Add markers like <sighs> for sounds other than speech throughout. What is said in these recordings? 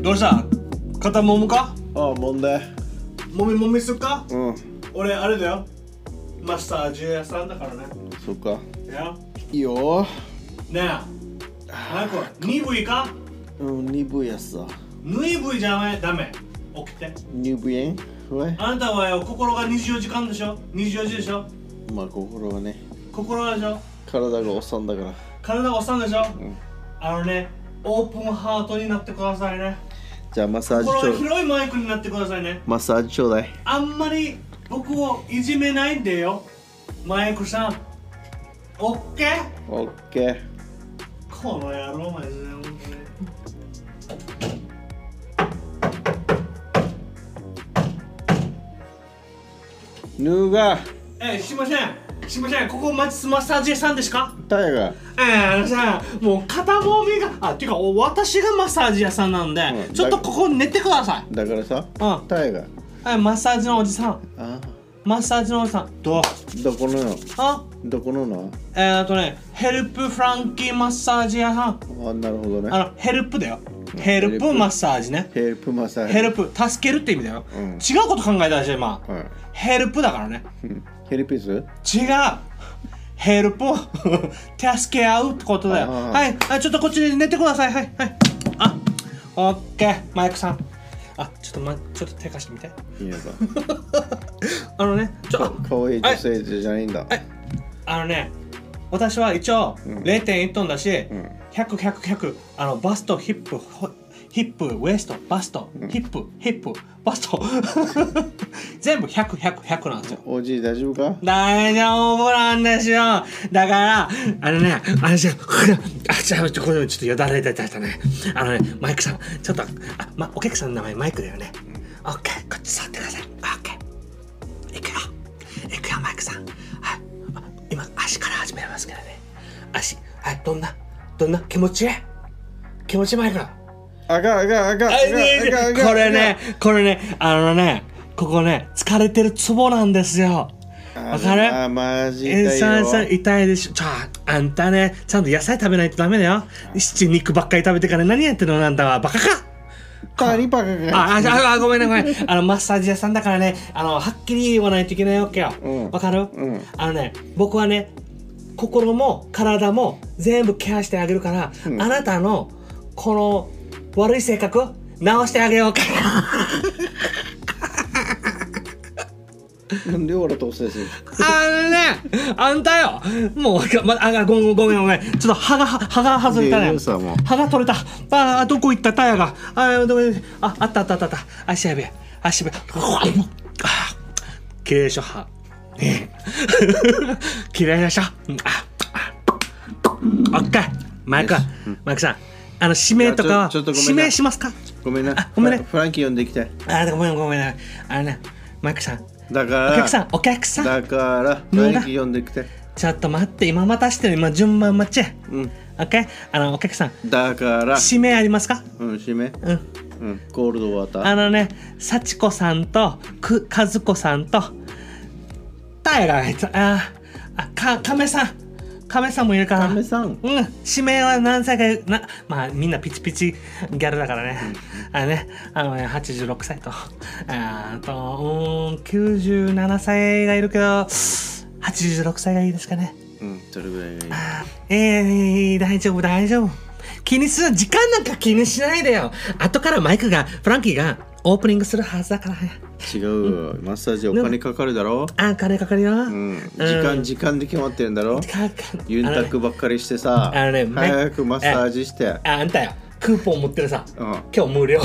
どうした肩揉むかああ問題揉み揉みすっかうん、うん、俺あれだよマスタージュ屋さんだからねそっかいやいいよねえ早く鈍いかうん鈍いやつだ鈍いじゃダメダメ起きて鈍いんこれあなたはよ心が24時間でしょ24時でしょまあ心はね心がでしょ体がおっさんだから体がおっさんでしょ、んあのねオープンハートになってくださいねじゃあマッサージ心がちょう広いマイクになってくださいねマッサージちょうだいあんまり僕をいじめないでよマイクさんオッケーオッケーこの野郎マジで本当に脱がええすいませんすいませんここマッマッサージ屋さんですかタイガええあのさもう肩もみがあていうかお私がマッサージ屋さんなんで、うんちょっとここ寝てくださいだからさうんタイガえマッサージのおじさんあマッサージのおじさんどうどこのあどこのなえー、っとねヘルプフランキーマッサージ屋さんあなるほどあねのヘルプだよヘルプマッサージねヘルプマッサージヘルプ助けるって意味だよ、うん違うこと考えたでしょ今はいヘルプだからねうんヘルピス違うヘルプを <laughs> 助け合うってことだよあーはいあちょっとこっちで寝てくださいはいはいあオッケーマイクさんあちょっとまちょっと手貸してみていいやだあのねちょあかわいい女性じゃないんだいあのね私は一応ん0.1トンだし、ん100100あのバストヒップほヒップウエストバスト、ヒップヒップバスト <laughs> 全部100100なんですよおじい大丈夫か大丈夫なんですよだからあのねあれじゃあじゃあちょこれちょっとよだれ出ちゃったねあのねマイクさんちょっとあ、ま、お客さんの名前マイクだよねオッケーこっち座ってくださいオッケーいくよいくよマイクさんはいあ今足から始めますからね足はいどんなどんな気持ちいい気持ちいいマイクあがあがあがあがあいいねいいねあがこれねこれねあのねここね疲れてるツボなんですよわかるあマジえ痛ーいさんさんよ痛いでしょちょあんたねちゃんと野菜食べないとダメだよ七肉ばっかり食べてから何やってんのなんだわバカかカリパカあがあああごめんねごめんあのマッサージ屋さんだからねあのはっきり言わないといけないわけよわ、うんかる、うんあのね僕はね心も体も全部ケアしてあげるから、あなたのこの悪い性格直してあげようかなんで俺とおせしあのね、あんたよ、もう、ま、あ、ごめん、ごめん、ごめん、ちょっと歯が、歯が外れたいやいねいよさもう。歯が取れた。ああ、どこ行ったタイヤが。あ、どこあ、あったあったあったあった。足やべえ、足やべえ。あ綺麗でしょ、歯。ねえ綺麗でしょ。うんああオッケー、マイクよし、マイクさん、あの、指名とかは、ちょちょっとごめん指な名しますかごめんなあごめんねフラフランキー呼んできてあ、ごめん、ごめん、ごめん。あのね、マイクさん、だかおら客さん、お客さん。だからフもラうンだキー呼んできてちょっと待って、今待たしてる、今順番待ち。うんオッケーあの、お客さん、だから指名ありますかうん締めうん。うんゴールドウォーターあのね、幸子さんと、く、和子さんと、タイが入ってた。あーあ、か、亀さん。亀さんもいるから。亀さんうん、指名は何歳かなまあみんなピチピチギャルだからねあのねあのね86歳とあーとうーん97歳がいるけど86歳がいいですかねうんそれぐらいがいいええ大丈夫大丈夫気にする時間なんか気にしないでよ後からマイクがフランキーがオープニングするはずだから違うマッサージお金かかるだろあ金かかるよ、うん時間時間で決まってるんだろかかユンタクばっかりしてさあのねめ早くマッサージしてああんたよクーポン持ってるさ、うん今日無 <laughs> 料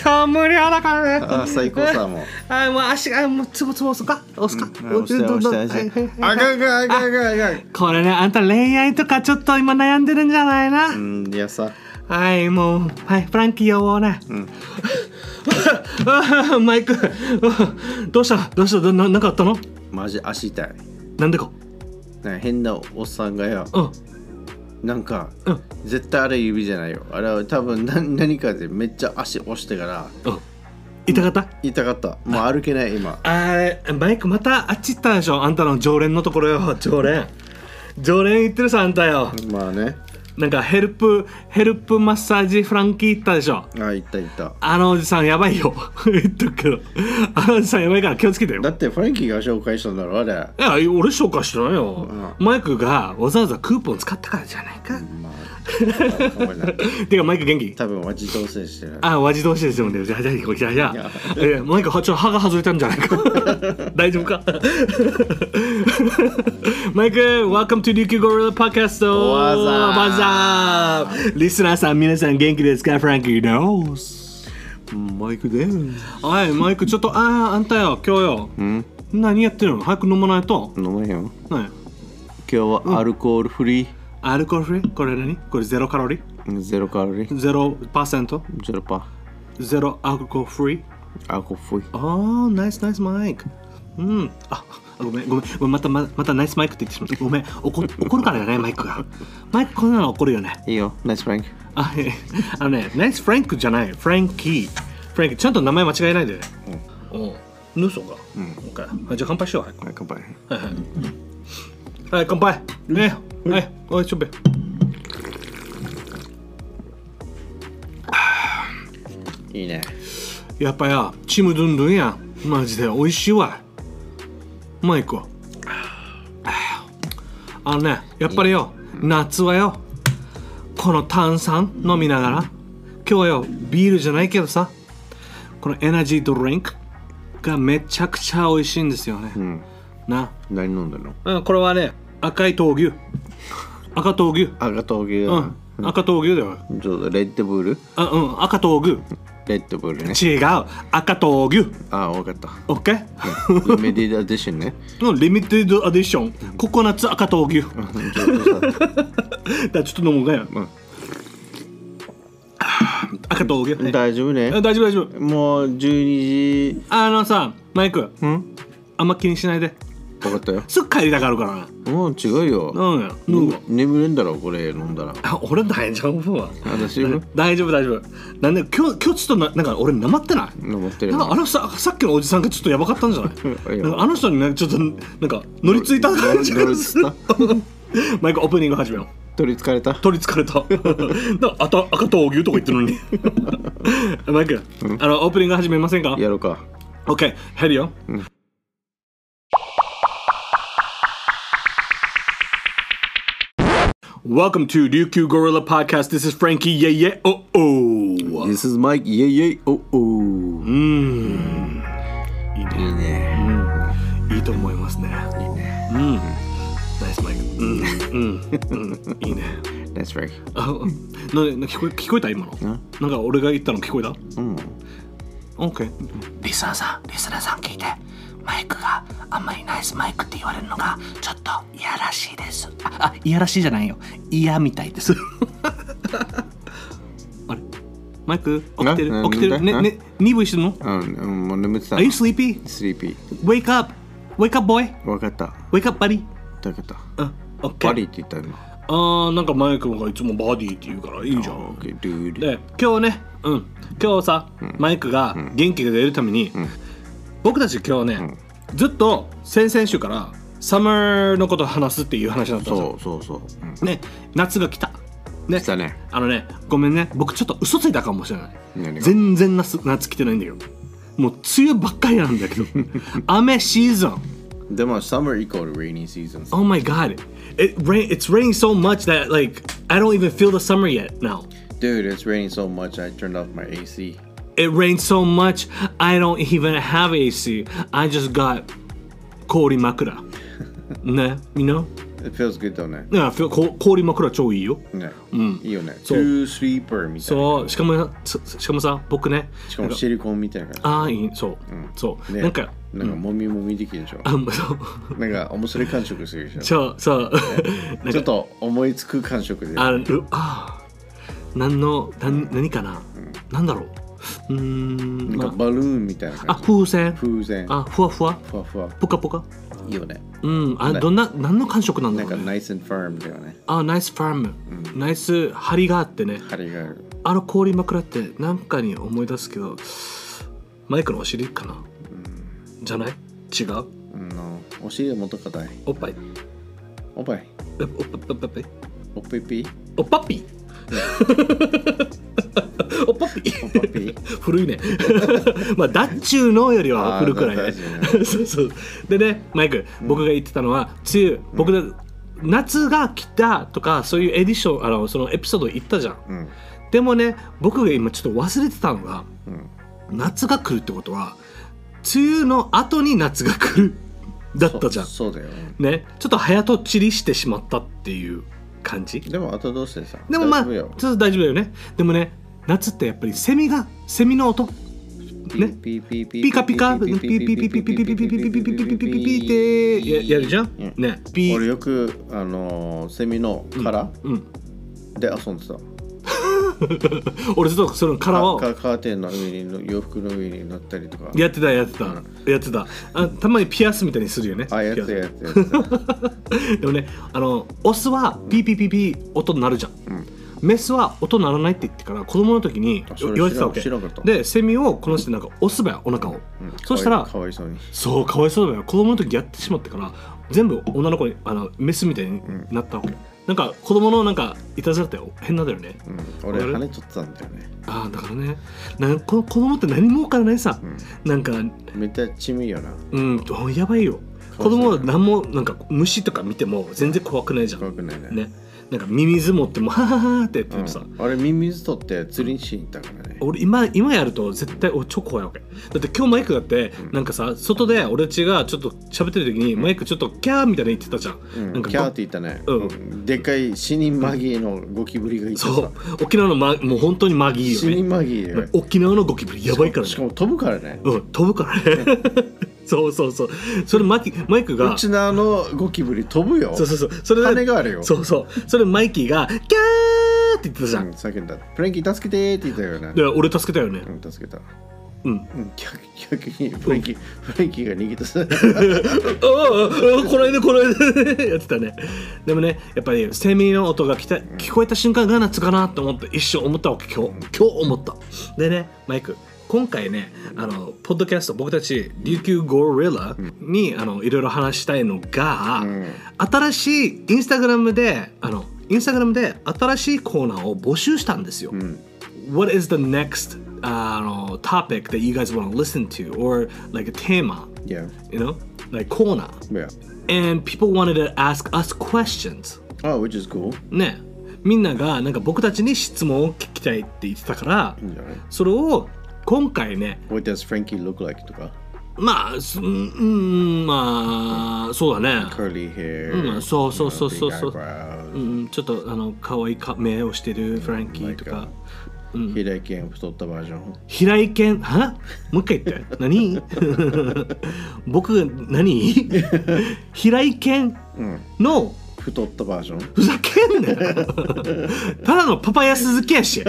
今日無料だからねあー最高さもうあもう足あもうつぼつぼ押すか押すか、うん押してど押うしぞて押 <laughs> してあがあがあがあがあがこれねあんた恋愛とかちょっと今悩んでるんじゃないな、うんいやさはいもうはいフランキー呼ぼうね、ん <laughs> マイクどうしたどうしたどななんかあったのマジ足痛いなんでかなんか変なおっさんがようんなんか、うん絶対あれ指じゃないよあれは多分な何かでめっちゃ足押してからうん痛かった、痛かったもう歩けない今あれマイクまたあっち行ったでしょあんたの常連のところよ常連常連行ってるさあんたよまあねなんかヘルプヘルプマッサージフランキー行ったでしょあ、いったいった。あのおじさんやばいよ <laughs> 言っとくけどあのおじさんやばいから気をつけてよだってフランキーが紹介したんだろ、あれ。いや俺紹介してないよ、マイクがわざわざクーポン使ったからじゃないか、まあ、ごめ <laughs> んな。てかマイク元気多分待ち当選してる。あ、和字同士ですよね。じゃあ、じゃあ、じゃあ、じゃあじゃあ、え、マイク、は、ちょ、歯が外れたんじゃない <laughs> か。大丈夫か。 <laughs> マイク、welcome to 琉球ゴリラ podcast。わざーわざー。リスナーさん、皆さん、元気ですか、フランキー knows。マイクです。おい、マイク、ちょっと、あー、あんたよ、今日よ。うん何やってるの、早く飲まないと。飲めよ。何今日はアルコールフリアルコールフリー、これ何、これゼロカロリー。ー、ゼロカロリー、ゼロパーセント、ゼロパゼロアルコールフリー。ー、アルコールフリー。ああ、ナイスナイスマイク。うん。あ、あごめんごめん。ごめんまたままたナイスマイクって言ってしまった。ごめん。怒怒るからね、マイクが。マイクこんなの怒るよね。いいよ、ナイスフランキー。あ、いやあのね、ナイスフランクじゃない。フランキー。フランキー。ちゃんと名前間違えないでね。うん。ヌーソが。うん。OK。じゃあ乾杯しよう。はいはい、乾杯。はいはい。はい、乾杯。ね。はい。おい、ちょっべ。いいね。やっぱや、チムドゥンドゥンや。マジで美味しいわ。マイクは。 <sighs> あのね、やっぱりよ、夏はよ、この炭酸飲みながら、今日はよ、ビールじゃないけどさ、このエナジードリンクがめちゃくちゃ美味しいんですよね。うん。な、何飲んだのうん、これはね、赤い闘牛。赤闘牛。赤峠うがん、、赤闘牛だよ。うん、ちょっとレッドブルあ、うん、赤闘牛。レッドブルね。違う、赤闘牛。あ、わかった。オッケーうんメディアディションね。のリミテッドアディションココナッツ赤闘牛だかちょっとさらちょっと飲もうかよ、ん赤闘牛、はい大丈夫ねあ。大丈夫大丈夫もう12時。あのさマイクうんあんま気にしないでわかったよ。すぐ帰りたがるからなもう違うよ。うんよ脱ぐわ眠れんだろ、これ飲んだら。あ俺大丈夫わ私も大丈夫大丈夫なんで今日今日ちょっとななんか俺なまってない登ってるなんかよ。あのささっきのおじさんがちょっとやばかったんじゃないいやなんかあの人にねちょっとなんか乗りついた感じ乗がりすついるた <laughs> マイクオープニング始めよう取りつかれた。取りつかれたなん <laughs> かあた赤と牛とか言ってるのにマイク、あのオープニング始めませんかやろうか。 OK 入るよ、Welcome to Ryukyu Gorilla Podcast. This is Frankie. Yeah, yeah. Oh, oh. This is Mike. イェイイェイ。おお。うーん。いいね。いいね。いいと思いますね。いいね。うん。ナイスマイク。うん。うん。うん。いいね。 That's right. あ、 <laughs> な、な聞こえ、聞こえた今の。なんか俺が言ったの聞こえたうん。 OK。リスナーさん、リスナーさん聞いて。マイクがあんまりナイスマイクって言われるのがちょっといやらしいです。あ、あいやらしいじゃないよ。嫌みたい <laughs> です。マイク起きてるな起きてなるんだねね2部してるのうんうん。もう眠ってた Are you。sleepy? sleepy。 Wake up! Wake up boy! わかった。 Wake up buddy! わかった。うん OK バリって言った今。あーなんかマイクがいつもバディって言うからいいじゃん Okay, dude. で今日ねうん今日さマイクが元気が出るために僕たち今日ねずっと先々週からサマーのことを話すっていう話だったんですよそうそうそう。うんね夏が来たね来たねあのねごめんね僕ちょっと嘘ついたかもしれない何が全然夏夏来てないんだけどもう梅雨ばっかりなんだけ <laughs> ど雨シーズンでも、summer equal rainy season. Oh my god It rain, It's raining so much that like I don't even feel the summer yet now Dude, it's raining so much I turned off my AC. It rains so much I don't even have AC I just got 氷枕ね You know? It feels good だね。いやこ氷枕超いいよね。いいよね。Two sleeper みたいな。そうしかもししかもさ僕ねしかもシリコンみたいな。ああいいそう、そう、ねなんかなんかもみもみできるでしょあ。 <laughs> んまそうなんか面白い感触するでしょ。そうそうなんちかょっと思いつく感触で。あうあ何の何何かな、なんだろううーん、なんかまバルーンみたいなあ、あ感じ。風船風船。あふわふわふわふわ。ぽかぽかいいよね。うんあねどんな何の感触なんだなんろかう、ね、 nice and firm だよね。あナイスファーム、ナイス張りがあってね張りがある。あの氷枕ってなんかに思い出すけどマイクのお尻かな、じゃない違ううんのお尻はもっと硬い。おっぱいおっぱい。おっぱいおっぱいおっぱいおっぱいぴーおっぱっぴおっぱっぴおっぱっぴ <laughs> 古いねまあ「だっちゅうの」よりは古くないあね <laughs> ー確かそうそうでねマイク僕が言ってたのは「梅雨」僕が、夏が来た」とかそういうエディションあのそのエピソード言ったじゃんうんでもね僕が今ちょっと忘れてたのがうん夏が来るってことは梅雨の後に夏が来るだったじゃんそうそうだようんねちょっと早とちりしてしまったっていう感じでもあとどうしてさでもまあ大ち丈夫ょよっと大丈夫だよねでもね夏ってやっぱりセミがセミの音ねピーピーピーピカピカピーピピピピピピピピピピピピピピピピってややるじゃんうんねピ俺よくあのーセミの殻うんで遊んでた俺ずっとその殻をカカーテンの上に洋服の上に乗ったりとかやってたやってたやってたあたまにピアスみたいにするよねあやピアつスやつや <laughs> つでもねあのオスはピーピーピーピー音鳴るじゃん、メスは音鳴らないって言ってから子供の時にあそれ言われてたわけ知らんかったでセミをこの人なんか押すばよお腹を、うんそうしたらかわいかわいそうにそうかわいそうだよ子供の時やってしまったから全部女の子にあのメスみたいになったわけ、なんか子供のなんかいたずらって変なんだよねうん俺俺羽取ってたんだよねああだからねなんこ子供って何も分からないさ、なんかめっちゃ地味よなうんやばいよ子供は何もなんか虫とか見ても全然怖くないじゃん怖くないねね、なんかミミズ持っても「ははは」ってやってうんるさ、俺ミミズ取って釣りにしに行ったからね俺今今やると絶対俺超怖いわけだって今日マイクだって、なんかさ外で俺たちがちょっと喋ってる時に、マイクちょっとキャーみたいな言ってたじゃん、うんなんかキャーって言ったねうんうんでっかい死にマギーのゴキブリがいてそさう沖縄の、ま、もう本当にマギーよ死にねマギーよ沖縄のゴキブリやばいからしかねも飛ぶからねうん飛ぶからね <laughs> そうそうそうそれマキマイクうがちなのゴキブリ飛ぶよそうそうそうそれで羽があるよそうそうそれマイキーが「キャー!」って言ってたじゃうんん、叫んだプレンキー助けてーって言ったよねで俺助けたよねうん助けたうんうん逆逆にプレンキープレンキーが逃げ出さああこの間この間やってたねでもねやっぱりセミの音が来た聞こえた瞬間が夏かなと思って一瞬思ったわけ今日今日思ったでねマイク今回ねあのポッドキャスト僕たち琉球ゴリラにあのいろいろ話したいのが、ん新しいインスタグラムであのインスタグラムで新しいコーナーを募集したんですよ、うん what is the next uh, no, topic that you guys want to listen to or like a tema Yeah you know like corner yeah and people wanted to ask us questions Oh which is cool ねみんながなんか僕たちに質問を聞きたいって言ってたからいいんじゃないそれを今回ね What does Frankie look like とかまあすうんうんまあそうだね Curly hair うんそうそうそうそう big そう eyebrows うんちょっとあの可愛いか目をしてるフランキーとか左剣太ったバージョン平井堅はもう一回言って何 <laughs> 僕が <laughs> 何平井堅の太ったバージョンふざけんなよただのパパヤス漬けやし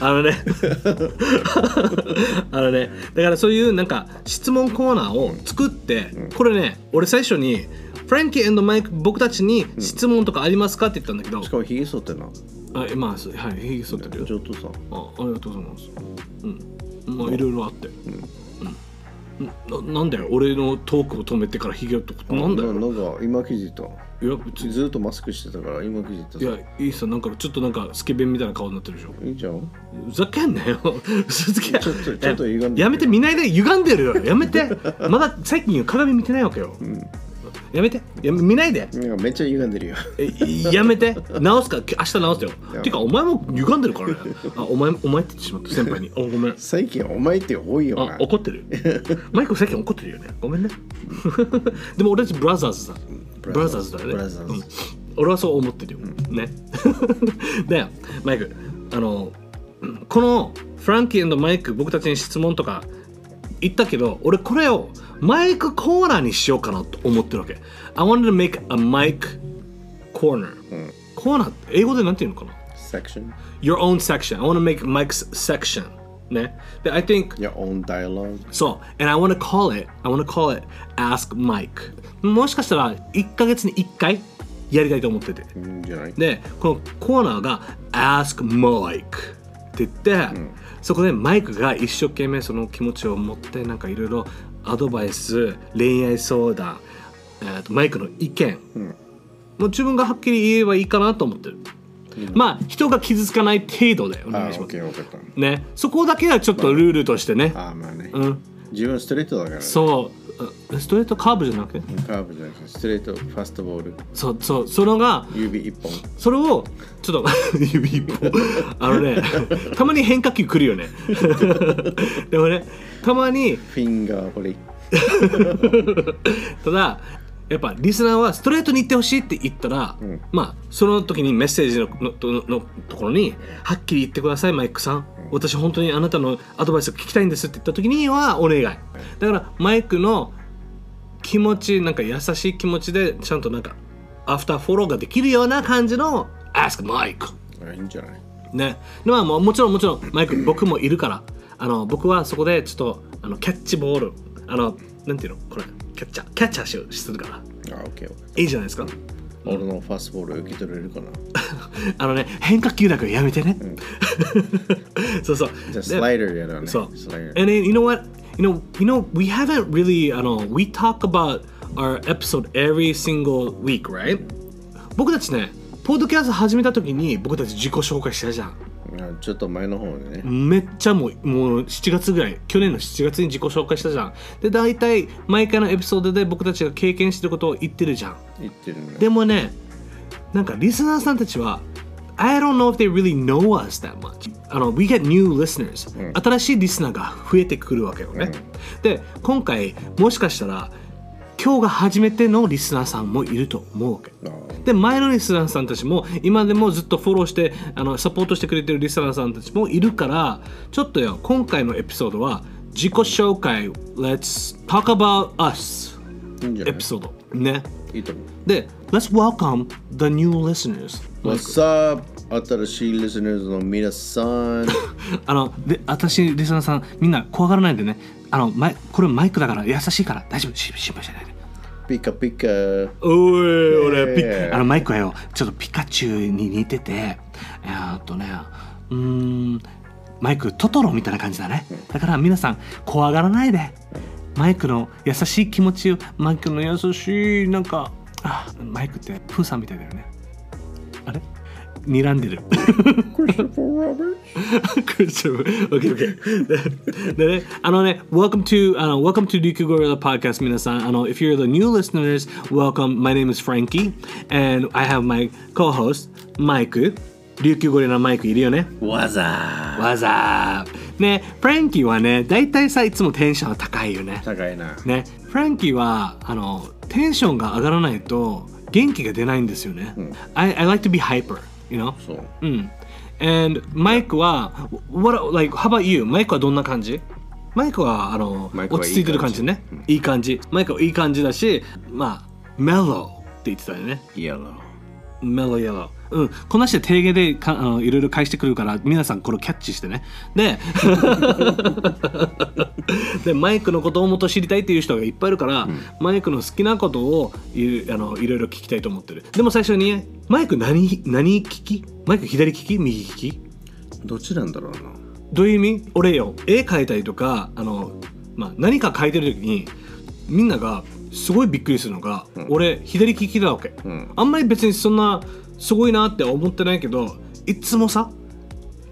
あのねあのねだからそういうなんか質問コーナーを作って、これね俺最初にフランキーマイク僕たちに質問とかありますかって言ったんだけど、しかもヒゲ剃ってなちあまあそうはいひげ剃ってるよょっとさあありがとうございます。うん。まあいろいろあって。うん。うん、ななんだよ俺のトークを止めてからヒゲをとなんだよななんか今気づいたいや別にずっとマスクしてたから今気づいたいやいいさなんかちょっとなんかスケベンみたいな顔になってるでしょいいじゃんふざけんなよ <laughs> 嘘つけちょっとちょっと歪んでるやめて見ないで歪んでるよやめてまだ最近鏡見てないわけよ、やめてやめ見ないでなんかめっちゃ歪んでるよ <laughs> えやめて直すから明日直すよやてかお前も歪んでるからねあお前お前って言ってしまった先輩にあごめん最近お前って多いよあな怒ってるマイク最近怒ってるよねごめんね <laughs> でも俺たちブラザーズだブラザーズだよねブラザーズうん俺はそう思ってるよ、ね <laughs> でマイクあのうんこのフランキーマイク僕たちに質問とか言ったけど俺これをマイクコーナーにしようかなと思ってるわけ I wanted to make a mic corner、コーナーって英語でなんて言うのかな Section Your own section I want to make Mike's section ねで I think Your own dialogue そう。And I want to call it, I want to call it Ask Mike. もしかしたら1ヶ月に1回やりたいと思ってて。いいんじゃないで、このコーナーが Ask Mike って言って、そこでマイクが一生懸命その気持ちを持って、なんかいろいろアドバイス、恋愛相談、えーとマイクの意見、もう自分がはっきり言えばいいかなと思ってる、まあ人が傷つかない程度でおあ願いしオッますケー分かったねそこだけはちょっとルールとしてね、ああまあね、うん自分ストレートだからね、そううんストレートカーブじゃなくてカーブじゃなくてストレートファストボールそうそうそのが指一本それをちょっと指一本あのねたまに変化球くるよね <laughs> でもねたまにフィンガーホリただやっぱリスナーはストレートに言ってほしいって言ったら、うんまあその時にメッセージののののところに「はっきり言ってくださいマイクさん私本当にあなたのアドバイスを聞きたいんです」って言った時にはお願いだからマイクの気持ちなんか優しい気持ちでちゃんとなんかアフターフォローができるような感じの「Ask Mike」あいいんじゃないね、でまあもうもちろんもちろんマイク僕もいるからあの僕はそこでちょっとあのキャッチボールあのなんていうのこれキャッチャーキャッチャーしようするからあオッケー分かっいいじゃないですかた俺のファストボール受け取れるかなあのね変化球だからやめてね、 <laughs> そうそうじゃあでスライダーやろうねそうスライダー And then, you know what? You know, you know, we haven't really, I don't know, we talk about our episode every single week, right? 僕たちね、ポッドキャスト始めた時に僕たち自己紹介したじゃん。あちょっと前の方でね、めっちゃもうもう7月ぐらい去年の7月に自己紹介したじゃんで大体毎回のエピソードで僕たちが経験してることを言ってるじゃん言ってるねでもねなんかリスナーさんたちは I don't know if they really know us that much あの We get new listeners、新しいリスナーが増えてくるわけよね、で今回もしかしたら今日が初めてのリスナーさんもいると思うわけあーで前のリスナーさんたちも今でもずっとフォローしてあのサポートしてくれてるリスナーさんたちもいるからちょっとよ今回のエピソードは自己紹介 Let's talk about us いいんじゃエないピソードねいいと思うで Let's welcome the new listeners What's up? 新しいリスナーズの皆さ <laughs> ん。あので私リスナーさんみんな怖がらないでねあのマイこれマイクだから優しいから大丈夫し心配しないでピカピカ。あおい俺ピええあのマイクはよちょっとピカチュウに似ててえーっとねうーんマイクトトロみたいな感じだねだから皆さん怖がらないでマイクの優しい気持ちをマイクの優しいなんかあマイクってプーさんみたいだよねあれ睨んでる <laughs> クリスチャン OK <laughs> OK でねあのね Welcome to あの Welcome to Riku Gorilla Podcast 皆さんあの If you're the new listeners Welcome My name is Frankie and I have my co-host Mike 琉球ゴリラのマイクいるよねわざわざーねフランキーはね大体さいつもテンションが高いよね高いな。ねフランキーはあのテンションが上がらないと元気が出ないんですよね、I, I like to be hyper you know そう。うん。And マイクは、what, like, how about you? マイクはどんな感じマイクはあのマイクはいい落ち着いてる感じね。いい感じ。マイクはいい感じだし、まあ、メロって言ってたよね。イエロー。メロイエロー。うん、この人定義でかあのいろいろ返してくるから皆さんこれをキャッチしてねで <laughs> でマイクのことをもっと知りたいっていう人がいっぱいいるから、マイクの好きなことをいあのいろいろ聞きたいと思ってるでも最初にマイク何何利きマイク左利き右利きどっちなんだろうな。どういう意味俺よ絵描いたりとかあの、まあ、何か描いてる時にみんながすごいびっくりするのが、俺左利きだわけ、んあんまり別にそんなすごいなって思ってないけどいつもさ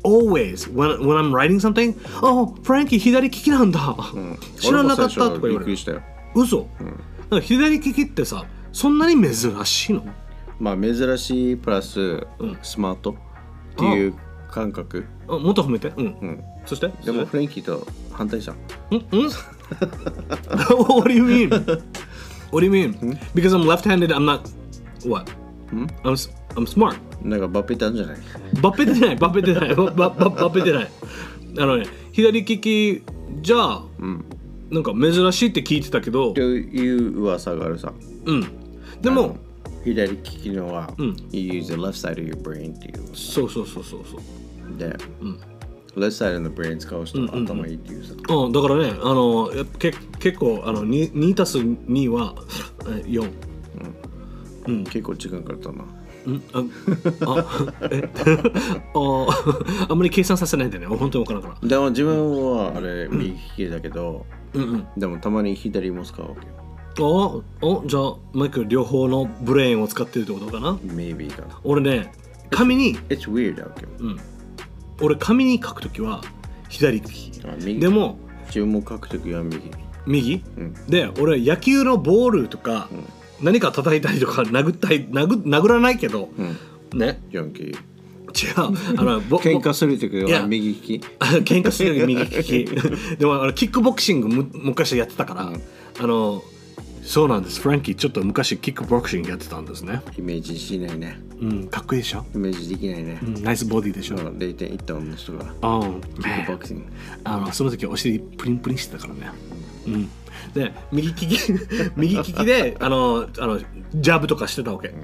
Always when, when I'm writing something Oh Frankie 左利きなんだ、知らなかったとか言俺も最初びっわれくりるしたよ。嘘、だから左利きってさそんなに珍しいのまあ珍しいプラススマートっていう感覚。あもっと褒めてうん、んそしてでもフレンキーと反対じゃん。 Mm, mm. <laughs> what do you mean? What do you mean? Because I'm left-handed, I'm not what? I'm s- I'm smart. なんかバペたんじゃないバッペてない、バッペて <laughs> ない、ババババッペてない。あのね、左利きじゃあ、なんか珍しいって聞いてたけどと、いう噂があるさ。うん。ででも、、左利きのは、You use the left side of your brain っていう。そうそうそうそうそう。で、Left side of the brain 使う人は頭いいっていうさ。うん、だからね、あのやっぱけ結構あのに二たす二は <laughs> え四。結構時間かかったな。んあ、あ、 <laughs> え、あ、あんまり計算させないでね、本当に分からんから。でも自分はあれ右利きだけど、うんうん。でもたまに左も使うわけよ。おおじゃあマイク両方のブレーンを使ってるってことかな Maybe かな。俺ね紙に It's weird, okay. 俺紙に書くときは左利きあ右でも注文書くときは右。右、んで俺野球のボールとか、何か叩いたりとか殴ったり殴殴らないけど、んねジャンキー。違うあのぼ喧嘩するときいやは右利き。あ喧嘩するより右利 <laughs> きでもあのキックボクシングむ昔やってたから、うんあのそうなんですフランキーちょっと昔キックボクシングやってたんですねイメージしないね。うんかっこいいでしょ、イメージできないねう。ん、ナイスボディでしょ、そう0.1トンの人うが。んキックボクシング。あのその時はお尻プリンプリンしてたからねうんで右利き <laughs> 右利きであのあのジャブとかしてたわけ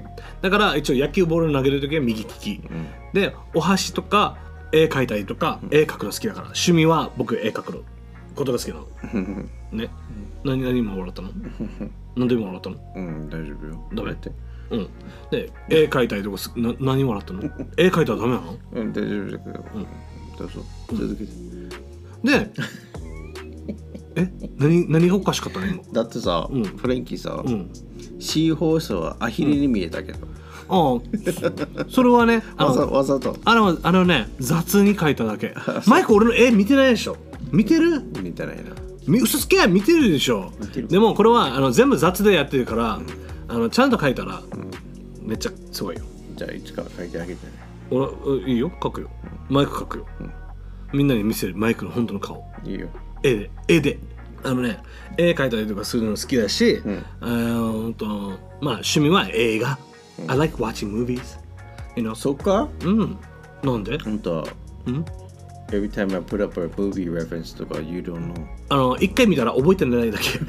だから一応野球ボール投げる時は右利き、でお箸とか絵描いたりとか、絵描くの好きだから趣味は僕絵描くのことが好きなのね何何も笑った <laughs> の何で今笑ったのうん、大丈夫よ。ダメって。うんで絵描いたりとかすな何笑 <laughs> ったの絵描いたらダメなのうん、大丈夫だけど。どうぞ。続けて。 <laughs> でえ何何がおかしかったの今だってさ、んフレンキーさう、ん C 放送はアヒルに見えたけど。ああそれはねあわざのわざとあのあのね雑に書いただけマイク俺の絵見てないでしょ見てる見てないな。み嘘つけ見てるでしょてるでもこれはあの全部雑でやってるから、あのちゃんと書いたら、めっちゃすごいよじゃあ、いつか書いてあげてね。俺いいよ書くよマイク書くよ、みんなに見せるマイクの本当の顔いいよ。絵で絵であのね絵描いたりとかするの好きだし、んあーほんとまあ趣味は映画、I like watching movies you know そっかうんなんでほんと。うん Every time I put up a movie reference とか you don't know あの一回見たら覚えてないだけ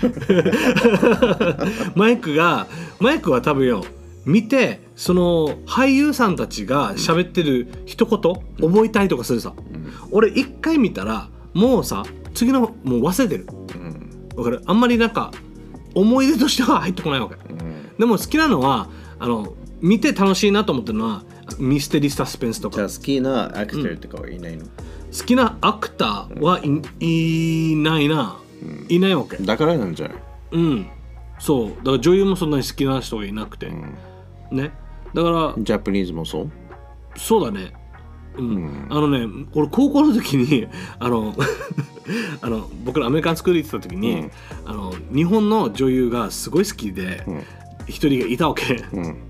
<laughs> マイクがマイクは多分よ見てその俳優さんたちが喋ってる一言覚えたりとかするさ、俺一回見たらもうさ次のもう忘れてるうんわかるあんまりなんか思い出としては入ってこないわけうんでも好きなのはあの見て楽しいなと思ってるのはミステリーサスペンスとじゃかあ好きなアクターとかはいないの、好きなアクターはい,、いないな、いないわけだからなんじゃないうんそうだから女優もそんなに好きな人がいなくて、ねだからジャパニーズもそうそうだねうん、あのね俺高校の時に <laughs> あのあの僕らアメリカンスクール行ってた時に、あの日本の女優がすごい好きで一、人がいたわけ、うん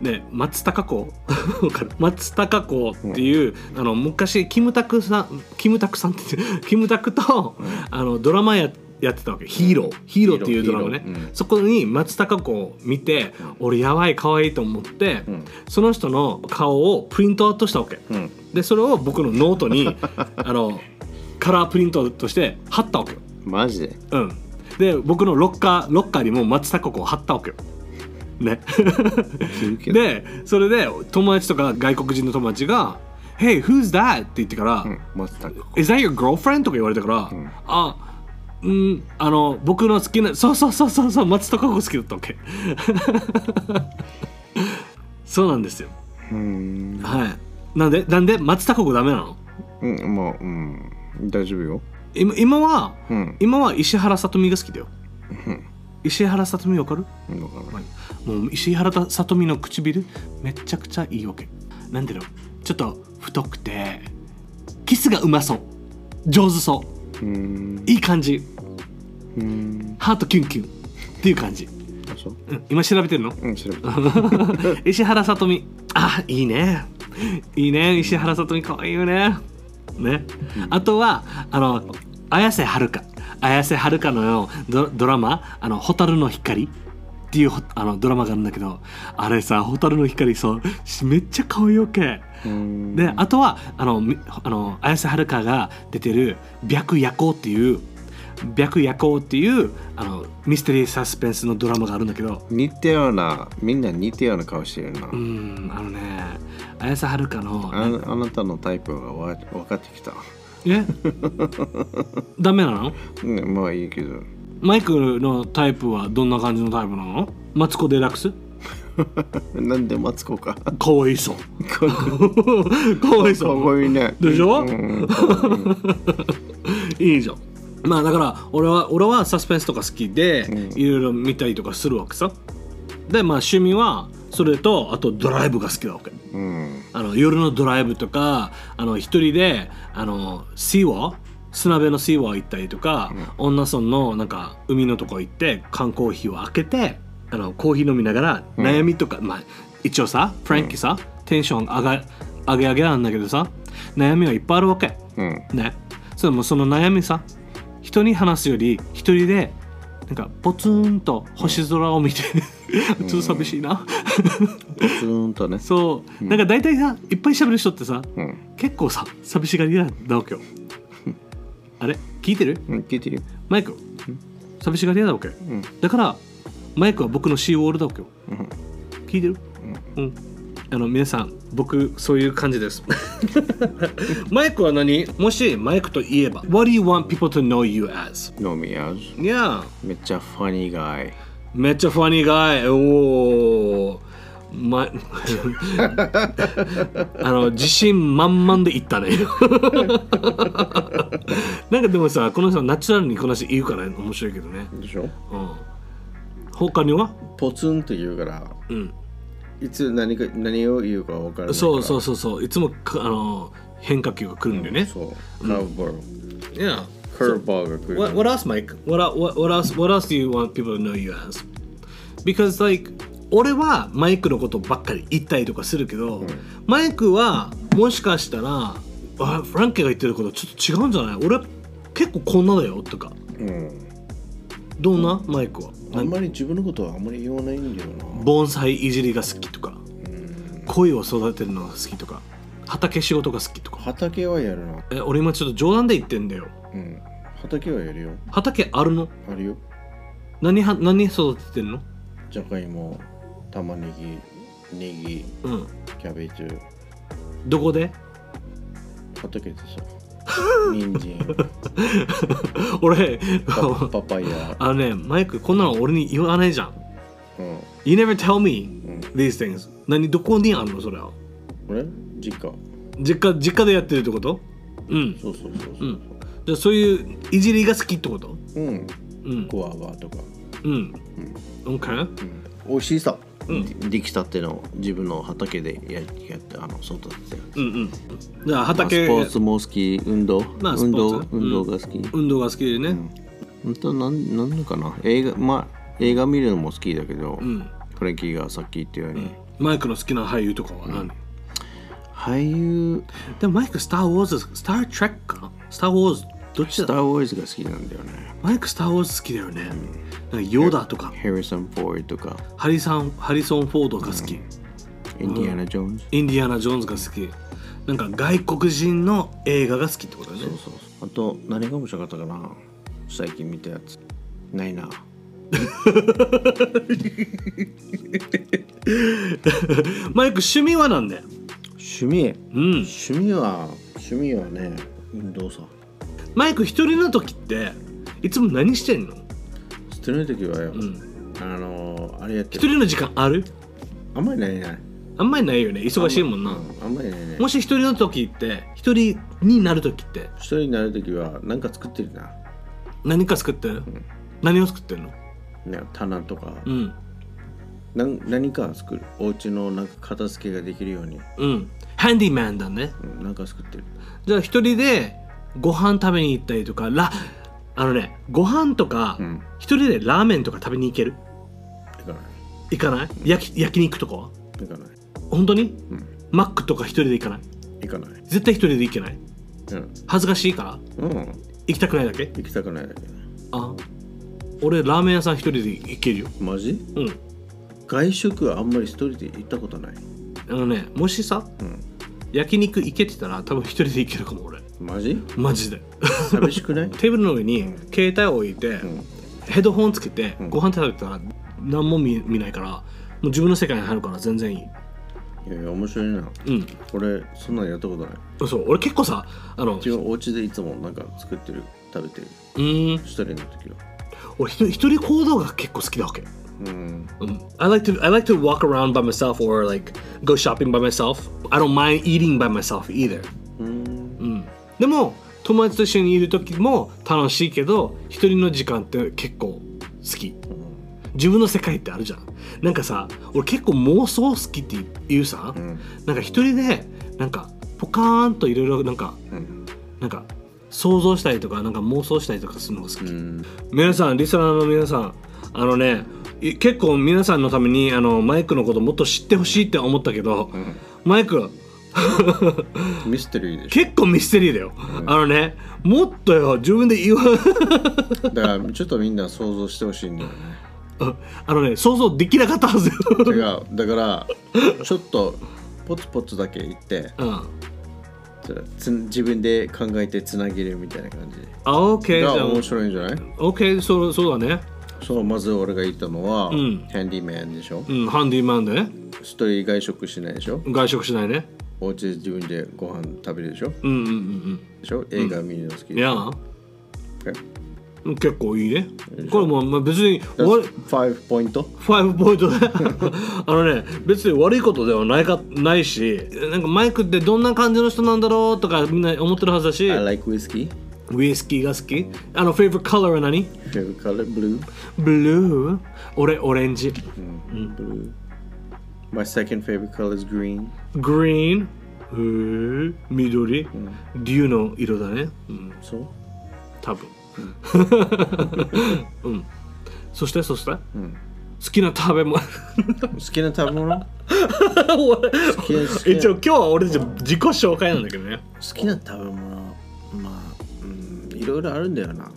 ね松たか子わかる松たか子っていう、あの昔キムタクさんキムタクさんって <laughs> 言ってキムタクと、あのドラマややってたわけ「ヒーロー」ヒーローっていうドラマね、ヒーローうんそこに松たか子を見て、俺やばい可愛いと思って、その人の顔をプリントアウトしたわけ、んでそれを僕のノートに <laughs> あのカラープリントとして貼ったわけよマジでうん、で僕のロッカーロッカーにも松たか子を貼ったわけよ。ね、でそれで友達とか外国人の友達が「Hey who's that?」って言ってから「松たか Is that your girlfriend?」とか言われたから「あうんあの僕の好きなそうそうそうそうそう松たか子好きだったわけ <laughs> そうなんですようんはいなんでなんで松たか子ダメなのうんまあうん大丈夫よ今今は、うん今は石原さとみが好きだよ、石原さとみわかるうんわかんないもう石原さとみの唇めちゃくちゃいいわけなんでだろうちょっと太くてキスがうまそう上手そううんいい感じうんハートキュンキュンっていう感じ、あそううん、今調べてるのうん <laughs> 調べた石原さとみあいいねいいね石原さとみかわいいよねねあとはあの綾瀬はるか綾瀬はるかのよドドラマ「あの蛍の光」っていうほあのドラマがあるんだけどあれさ蛍の光そうしめっちゃ可愛いわけうんであとはあのみあの綾瀬はるかが出てる「白夜行」っていう白夜行っていうあのミステリーサスペンスのドラマがあるんだけど似たようなみんな似たような顔してるなうんあのね綾瀬はるかのああなたのタイプがわ分かってきたえ <laughs> ダメなのうんまあいいけど <laughs> マイクのタイプはどんな感じのタイプなのマツコ・デラックスなんでマツコかかわいそうかっかわいそうこいいねでしょうんいいじゃんまあだから俺は俺はサスペンスとか好きでうんいろいろ見たりとかするわけさでまあ趣味はそれとあとドライブが好きなわけうんあの夜のドライブとかあの一人であのシーワー砂辺のシーワー行ったりとか、恩納村のなんか海のとこ行って缶コーヒーを開けてあのコーヒー飲みながらうん悩みとか、まあ一応さフランキーさ、テンション上が上げ上げなんだけどさ悩みはいっぱいあるわけうんねそれもその悩みさ人に話すより一人でなんかポツンと星空を見て、 <laughs> ちょっと寂しいな、ポツンとねそうなんか大体さいっぱい喋る人ってさうん結構さ寂しがり屋なわけよあれ聞いてるうん聞いてるよマイク寂しがり屋だわけうんだからマイクは僕のシーウォールだわけようん聞いてるうん、あの皆さん僕そういう感じです <laughs> マイクは何もしマイクといえば What do you want people to know you as? 飲みやず Yeah めっちゃファニーガイめっちゃファニーガイおおま <laughs> あの自信満々で言ったね <laughs> なんかでもさこの人ナチュラルにこの人言うから面白いけどね、でしょうん、他にはポツンと言うからうんいつ何か何を言うか分からないからそうそううそうそういつもかあの変化球が来るんだよね、そうカーブボール Yeah カーブボールが来る What, what else, Mike? What, what, what else? What else do you want people to know you as? Because like 俺はマイクのことばっかり言ったりとかするけど、マイクはもしかしたらあフランケが言ってることちょっと違うんじゃない？俺結構こんなだよとかうんどんなマイクは？あんまり自分のことはあんまり言わないんだよな盆栽いじりが好きとか、恋を育てるのが好きとか、畑仕事が好きとか。畑はやるなえ俺今ちょっと冗談で言ってんだよ。うん畑はやるよ畑あるの？あるよ何は何育ててんの？じゃがいも玉ねぎネギうん。キャベツどこで？畑でさ <laughs> 人参俺パパパイヤあのね、マイク、こんなの俺に言わないじゃん。うん、 You never tell me うん、 these things. 何、どこにあんのそれは。俺実家実家、実家でやってるってことうん。。そうそうそうそううんじゃあそういういじりが好きってことうん、うん。コアバとか、うん。OK? うん、美味しいさ、うんでできたっての自分の畑でややってあの育ててうんうん。じゃあまあ、ス畑、ポーツも好き運動、まあスポ運動ーツ運動が好き、うん、運動が好きでね。本当なんなんのかな映画まあ映画見るのも好きだけど、うん。フレンキーがさっき言ったように、マイクの好きな俳優とかは何俳優でもマイク、スター・ウォーズ、スター・トレックかなスター・ウォーズ、どっちスタだー・ウォーズが好きなんだよねマイク、スター・ウォーズ好きだよね。なんかヨーダとか、ヘリソン・フォードとかハリソン・ハリソンフォードが好き。インディアナ・ジョーンズ、インディアナ・ジョーンズが好きなんか外国人の映画が好きってことだねそうそうそうあと何が面白かったかな最近見たやつないなマイク趣味はなんだよ趣味うん趣味は趣味はね運動さマイク一人の時っていつも何してんの捨てない時はよ、うんあのーあれやって一る人の時間あるあんまりないないあんまりないよね忙しいもんなうんあんまりないねもし一人の時って一人になる時って一人になる時は何か作ってるな何か作ってる何を作ってるのね棚とか、うんなん何か作るお家のなんか片付けができるように、うんハンディマンだねうん、なんか作ってるじゃあ一人でご飯食べに行ったりとかラあのねご飯とかうん一人でラーメンとか食べに行ける行かない行かない焼き焼肉とかは行かない本当にうんマックとか一人で行かない行かない絶対一人で行けないうん、恥ずかしいからうん、行きたくないだけ行きたくないだけねあ俺ラーメン屋さん一人で行けるよマジうん外食はあんまり一人で行ったことないあのねもしさうん焼肉行けてたら多分一人で行けるかも俺マジマジで <laughs> 寂しくない <laughs> テーブルの上に携帯を置いて、んヘッドホンつけてんご飯食べてたら何も見見ないからもう自分の世界に入るから全然いいいやいや面白いなうん俺そんなんやったことないそう俺結構さあの自分お家でいつもなんか作ってる食べてるうーん一人の時は俺一人一人行動が結構好きだわけうん、 I like to I like to walk around by myself or like go shopping by myself. I don't mind eating by myself either. うん、うん、でも友達と一緒にいる時も楽しいけど一人の時間って結構好き自分の世界ってあるじゃんなんかさ俺結構妄想好きっていうさ、うんなんか一人でなんかポカーンといろいろなんかうんなんか想像したりとかなんか妄想したりとかするのが好き、うん皆さんリスナーの皆さんあのねい結構皆さんのためにあのマイクのこともっと知ってほしいって思ったけど、んマイクミステリーでし結構ミステリーだよ、あのねもっとよ自分で言わょだからちょっとみんな想像してほしいんだよね <laughs> あのね想像できなかった <laughs> はずよ、違うだからちょっとポツポツだけ言ってうん、あそれつ自分で考えてつなげるみたいな感じ OK じゃがあ面白いんじゃない OK そうそうだねそうまず俺が言ったのは、んハンディメンでしょうんハンディマンでね一人外食しないでしょ外食しないねお家で自分でご飯食べるでしょうんうんうんでしょ映画見るの好きうんいやなうん結構いいねこれもうまあ別に悪い5ポイントファイブポイント <laughs> であのね別に悪いことではないかないしなんかマイクってどんな感じの人なんだろうとかみんな思ってるはずだし I like whiskey ウイスキーが好きあのフェイブカラーは何 favorite color blue ブルー俺オレンジ blue my second favorite color is green グリーンへー緑、竜の色だね、うん、そう多分 <laughs> うんそしてそして、好きな食べ物 <laughs> 好きな食べ物好俺きな好きな一応今日は俺たち自己紹介なんだけどね好きな食べ物まあうんいろいろあるんだよな、ん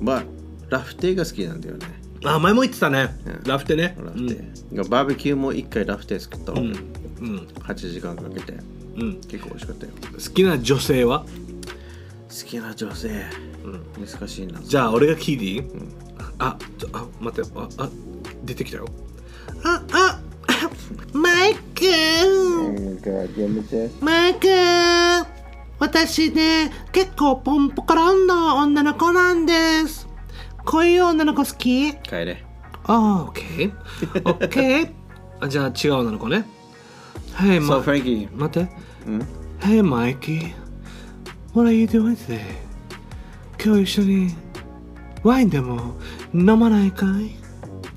まあラフテーが好きなんだよねあ前も言ってたね、うんラフテねラフテー、がバーベキューも一回ラフテー作ったの、うん8時間かけてうん、結構美味しかったよ好好きな女性はきな女性、難しいなじゃあ俺が聞いていい、あちょあ待ってああ出てきたよああ <laughs> マイク God, やめてマイク私ね結構ポンポコロンの女の子なんですこういう女の子好き帰れああ、オッケー。オッケ <laughs> ー。あじゃあ違う女の子ね。Hey, そう Ma- フランキー待って。うん Hey, Mikey. What are you doing today? 今日一緒にワインでも飲まないかい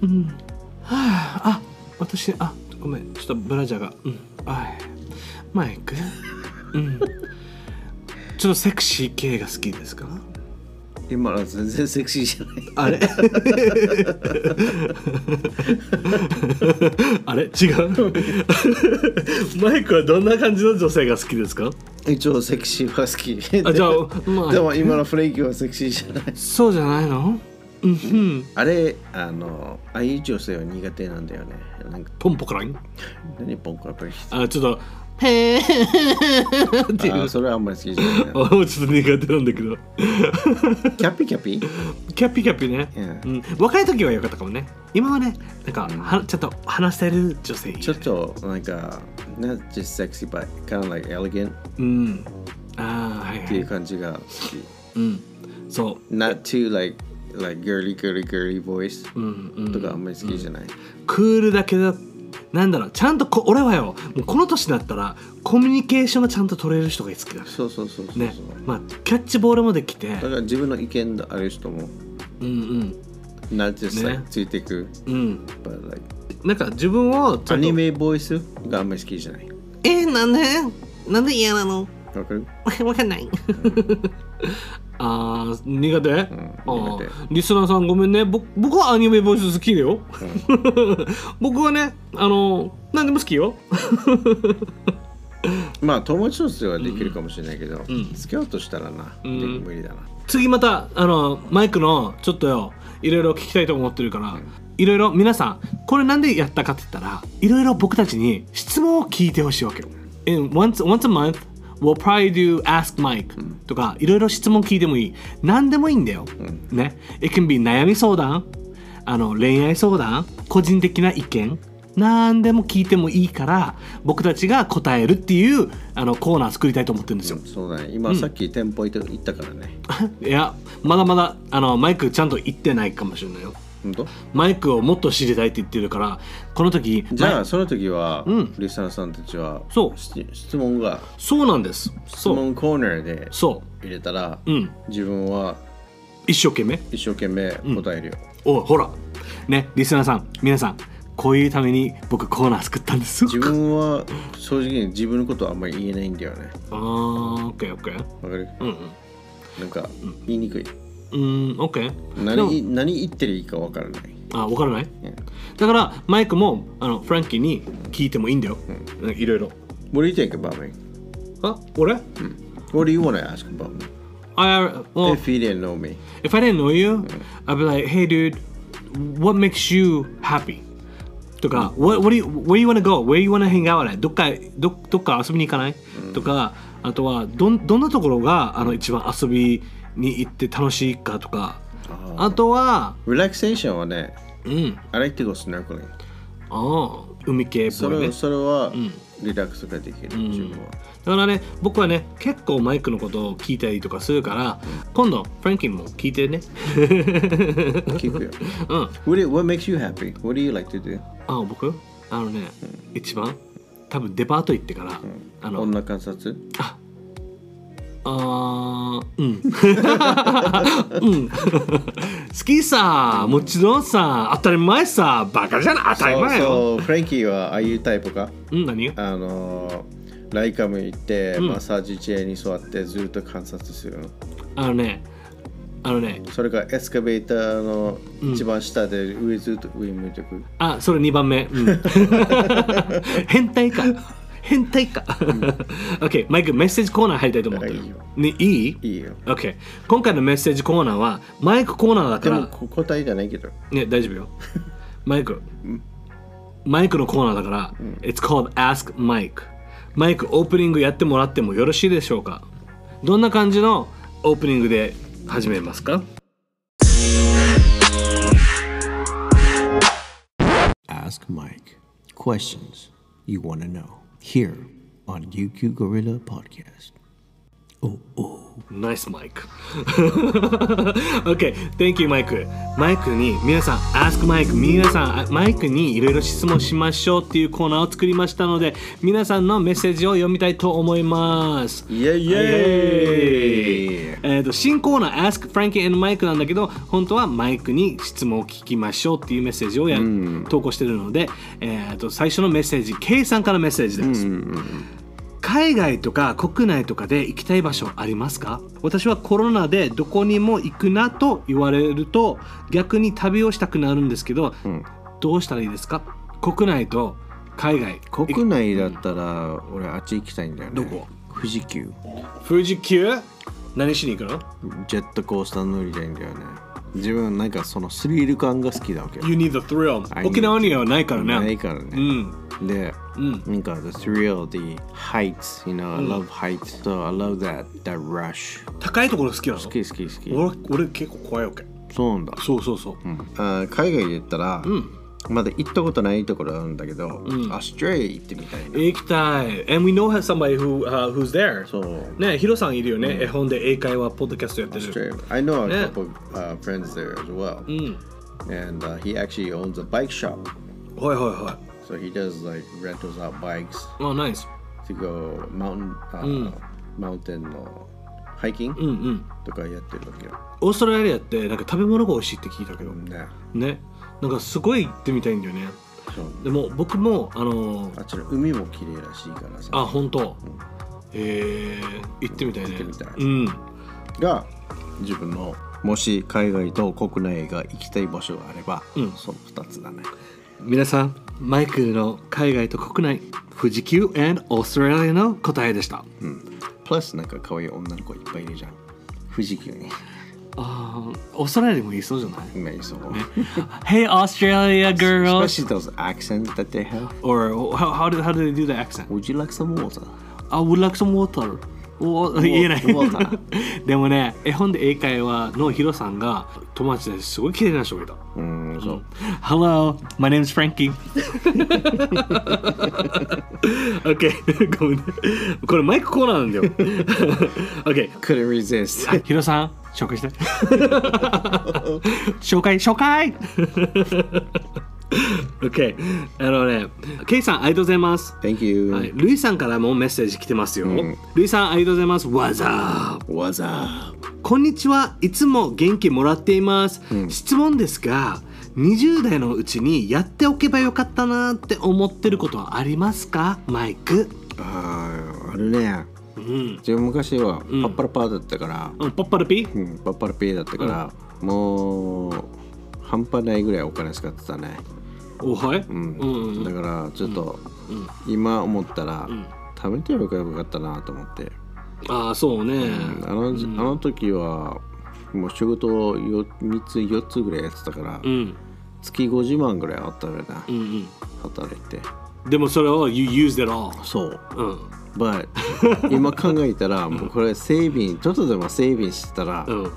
うん。はあ、あ、私、あ、ごめん。ちょっとブラジャーが。うん。はい。マイク。うん。ちょっとセクシー系が好きですか今のは全然セクシーじゃあないれ <laughs> あれ違う <laughs> マイクはどんな感じの女性が好きですか一応セクシーは好きあじゃあまあでも今のフレイキーはセクシーじゃないそうじゃないのうんふん <laughs> あれあのああいう女性は苦手なんだよねなんかポンポコラン何ポンコラプリってあちょっとへーっていあうそれはあんまり好き <laughs> じゃないな俺もちょっと苦手なんだけどキャピキャピキャピキャピね、ううん、若い時は良かったかもね今はねなんか、はちょっと話せる女性ちょっとなんか not just sexy but kind of like elegant っうんああはいてはいいう感じが好きうんそう not too like like girly girly girly voice うんうんとかあんまり好きじゃないクールだけどなんだろうちゃんとこ俺はよもうこの年になったらコミュニケーションがちゃんと取れる人が好きだねそうそうそうそうそうねまあキャッチボールもできてだから自分の意見のある人もうん not just ね like ついていくうんうん but like なんか自分をちアゃんとニメボイスがあんまり好きじゃない。えなんでなんで嫌なの <laughs> わかるわかんない <laughs> あー苦手、あ苦手ーリスナーさんごめんねぼ僕はアニメボイス好きだよ、 <laughs> 僕はねあの何でも好きよまあ友達としてはできるかもしれないけど、ん付き合うとしたらな、んで無理だな。次またあのマイクのちょっとよいろいろ聞きたいと思ってるから、いろいろ皆さんこれなんでやったかって言ったらいろいろ僕たちに質問を聞いてほしいわけよ。And once, once a month we'll probably do ask Mike、とかいろいろ質問聞いてもいい何でもいいんだよ。ね。It can be 悩み相談あの恋愛相談個人的な意見何でも聞いてもいいから僕たちが答えるっていうあのコーナー作りたいと思ってるんですよ。そうだね。今、さっき店舗行って行ったからね。いやまだまだあのマイクちゃんと言ってないかもしれないよ本当マイクをもっと知りたいって言ってるからこの時じゃマあイその時は、うんリスナーさんたちはそうし質問がそうなんです質そう問コーナーでそ入れたら、うん自分は一生懸命一生懸命答えるよ、おいほらねリスナーさん皆さんこういうために僕コーナー作ったんです自分は正直に自分のことはあんまり言えないんだよねあーオッケーオッケーわかるうんうんなんか言いにくいうんオッケーでも何何言ってるいいかわからないあ分からないんだからマイクもあのフランキーに聞いてもいいんだよ、うんいろいろ What do you think about me? あ俺 What do you want to ask about me? I, well, If you didn't know me If I didn't know you, I'd be like, hey dude, what makes you happy? とか、what, what do you, where you wanna go? Where you wanna hang out at? どっかどどっか遊びに行かない、とか、あとはどんどんなところがあの一番遊びに行って楽しいかとか、あとは、 Relaxation はねうん、 I like to go snorkeling ああ、海系っぽそいねれ。それはリラックスができる、自分はだからね、僕はね、結構マイクのことを聞いたりとかするから、今度、フランキンも聞いて <laughs> ね。聞くよ、うん、 What, do you- what makes you happy? What do you like to do? あ僕あのね、一番多分デパート行ってから、あの女観察あーうん <laughs> うん好きさもちろんさ当たり前さバカじゃない当たり前よそうそうフランキーはああいうタイプかうん何あのーライカム行って、マッサージチェアに座ってずっと観察するのあのねあのねそれからエスカベーターの一番下で上ずっと上向いてくる、あそれ2番目、うん <laughs> 変態か変態か <laughs> OK マイクメッセージコーナー入りたいと思ってるいいよね、いいいいよ ?OK 今回のメッセージコーナーはマイクコーナーだかでらもこ答えじゃないけどね大丈夫よマイクマイクのコーナーだから、It's called Ask Mike マイクオープニングやってもらってもよろしいでしょうかどんな感じのオープニングで始めますか Ask Mike questions you want to know here on UQ Gorilla Podcast. Oh, ナイスマイク OK Thank you マイクマイクに皆さん Ask Mike 皆さんあマイクにいろいろ質問しましょうっていうコーナーを作りましたので皆さんのメッセージを読みたいと思いますイエイイイエエーイえーと新コーナー「Ask Frankie and Mike」なんだけど本当はマイクに質問を聞きましょうっていうメッセージをや、投稿してるので、えー、と最初のメッセージ K さんからメッセージです、海外とか国内とかで行きたい場所ありますか私はコロナでどこにも行くなと言われると逆に旅をしたくなるんですけど、どうしたらいいですか国内と海外国内だったら俺あっち行きたいんだよねどこ富士急富士急何しに行くのジェットコースター乗りたいんだよね自分なんかそのスリル感が好きだわけよ You need the thrill. I need 沖縄にはないからね。ないからうね、ん。で、なんか the thrill the heights you know I love heights so I love that that rush 高いところ好きなの好き好き好き俺俺結構怖いわけ。そうなんだそうそうそう。あー海外で言ったら、まだ行ったことないところあるんだけど、アストレイ行ってみたいな行きたい。And we know somebody who,、uh, who's there. そうねヒロさんいるよね。絵本で英会話、ポッドキャストやって Austria. る。 I know a Yeah. couple of uh, friends there as well. And uh, he actually owns a bike shop. はいはいはい。 So he does like rentals out bikes あ、ナイス。 to go mountain uh, mountain uh, hiking. うんうん。とかやってるわけよ。オーストラリアってなんか食べ物が美味しいって聞いたけど。ね。ね。なんかすごい行ってみたいんだよね。そうでも僕も、あのーあっちの海も綺麗らしいからあ、さ。本当。えー、行ってみたいね。行ってみたいうん。が自分のもし海外と国内が行きたい場所があれば、その2つだね。皆さんマイクの海外と国内富士急 and オーストラリアの答えでした、プラスなんか可愛い女の子いっぱいいるじゃん。富士急に。あーオーストラリアでもいそうじゃない <laughs> 今いそう。 Hey Australia girls Especially those accents that they have. or how, how, do, how do they do the accent? Would you like some water? I would like some water お <laughs> 言えない <laughs> でもね絵本で英会話のヒロさんが友達ですごい綺麗な人がいたうん、そう。 Hello, my name is <laughs> Frankie. OK, <laughs> ごめんね。これマイクコーナーなんだよ。OK, couldn't resist. あヒロさん <laughs> 紹介して紹介紹介 <laughs> OK あのねケイさんありがとうございます、 Thank you. はい、ルイさんからもメッセージ来てますよ、ルイさんありがとうございますわざー What's up? こんにちはいつも元気もらっています、質問ですが20代のうちにやっておけばよかったなって思ってることはありますかマイクあーあるね。うん自分昔はパッパラパーだったから、うんパッパルピうんパッパラピーだったから、もう半端ないぐらいお金使ってたね。おはい、うんうんうんだからちょっと、ん今思ったら、ん貯めておけばよかったなと思って、ああそうね、うんあのあの時はもう仕事をよ3つ4つぐらいやってたから、うん月50万ぐらいあったよな、うん働いてうんでもそれを You used it all そううん But 今考えたらもうこれセービンちょっとでもセービンしてたらうん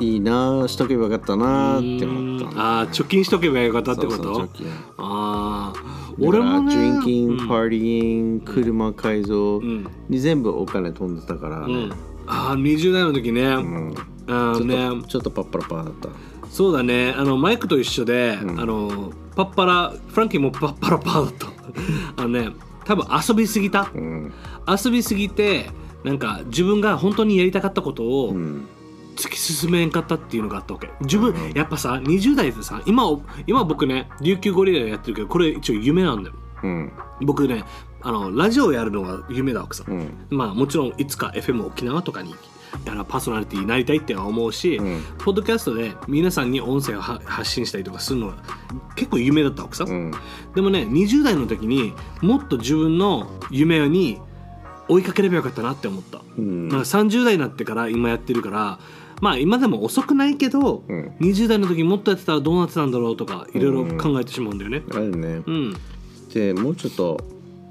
いいなしとけばよかったなって思ったんだよね、ああ貯金しとけばよかったってことそうそう貯金ああ俺俺も、もねね、ドリンキンうグ、んパーティング、車改造んに全部お金飛んでたからうね、んああ20代の時ね、うんあちのょっねとちょっとパッパラパーだった。そうだねあのマイクと一緒で、んあのパッパラフランキーもパッパラパーだったあのね多分遊びすぎたうん。遊びすぎてなんか自分が本当にやりたかったことをうん。突き進めんかったっていうのがあったわけ自分、やっぱさ20代でさ今今僕ね琉球ゴリラやってるけどこれ一応夢なんだようん。僕ねあのラジオやるのが夢だわけさ、うん。まあもちろんいつか FM 沖縄とかにあのパーソナリティになりたいっては思うし、うんポッドキャストで皆さんに音声をは発信したりとかするのは結構夢だったわけさ、うん。でもね20代の時にもっと自分の夢に追いかければよかったなって思った、うんなんか30代になってから今やってるからまあ今でも遅くないけど、うん20代の時もっとやってたらどうなってたんだろうとかいろいろ考えてしまうんだよねあるねう。んで、もうちょっと、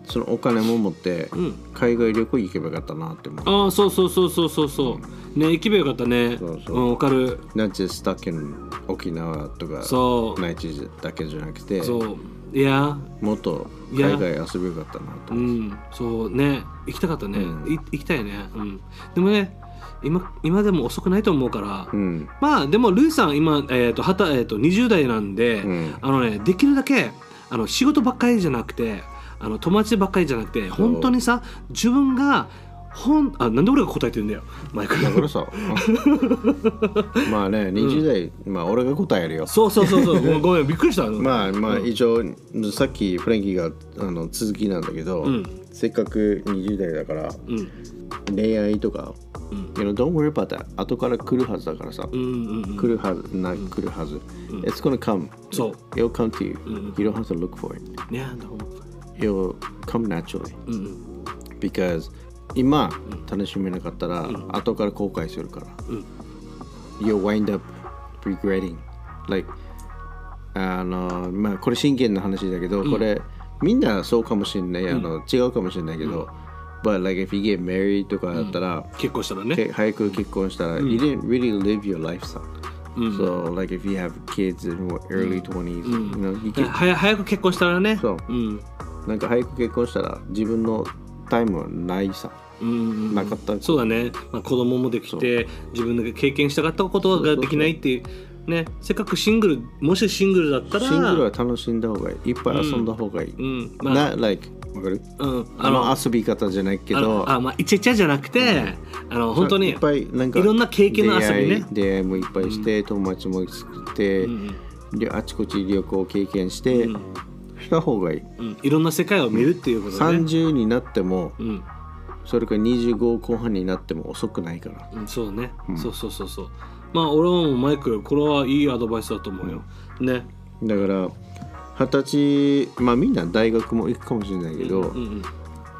そのお金も持ってん、海外旅行行けばよかったなって思う。ああそうそうそうそうそうそうね行けばよかったねそうそうんわかるなんちスタッキン沖縄とか、そう内地だけじゃなくて、そういやもっといや海外遊べばよかったなとう思う。んそうね行きたかったね、うんい行きたいね、うん、でもね今今でも遅くないと思うから、うん。まあでもルイさん今、えーとはたえー、と20代なんで、うんあのねできるだけあの仕事ばっかりじゃなくてあの友達ばっかりじゃなくてう本当にさ自分がほんあなんで俺が答えてるんだよマイクだからさ、あ <laughs> まあね、20代、まあ俺が答えるよ。そうそうそうそうごめ <laughs> んごめんびっくりした、まあまあうん以上、さっきフレンキーがあの続きなんだけど、んせっかく20代だからうん恋愛とか、you know don't worry about that 後から来るはずだからさ、うんうんうん来るはずな来るはず、it's gonna come そう it'll come to you、ん you don't have to look for it ねあの it'll come naturally うん because 今楽しめなかったら、後から後悔するから、you'll wind up regretting like あのまあこれ真剣な話だけど、これみんなそうかもしれないあの、違うかもしれないけど、but like if you get married とかだったら、結婚したらねけ早く結婚したら、you didn't really live your life so、so like if you have kids in what, early 20s、you know you は can や早く結婚したらねそううんなんか早く結婚したら自分のタイムはないさ、なかったそうだね、まあ、子供もできて自分が経験したかったことができないっていうねせっかくシングルもしシングルだったらシングルは楽しんだ方がいいいっぱい遊んだ方がいい、うんまあな like わかるうん、あの遊び方じゃないけあどのあまあイチャイチャじゃなくて、あの本当にいっぱいなんかいろんな経験の遊びね出会い出会いもいっぱいして、友達も作って、であちこち旅行を経験して、した方がいい、うん、いろんな世界を見るっていうことね、 30になっても、んそれから25後半になっても遅くないからうん、そうね、そうそうそうそうまあ俺はもうマイクこれはいいアドバイスだと思うよ、ねだから二十歳まあみんな大学も行くかもしれないけど、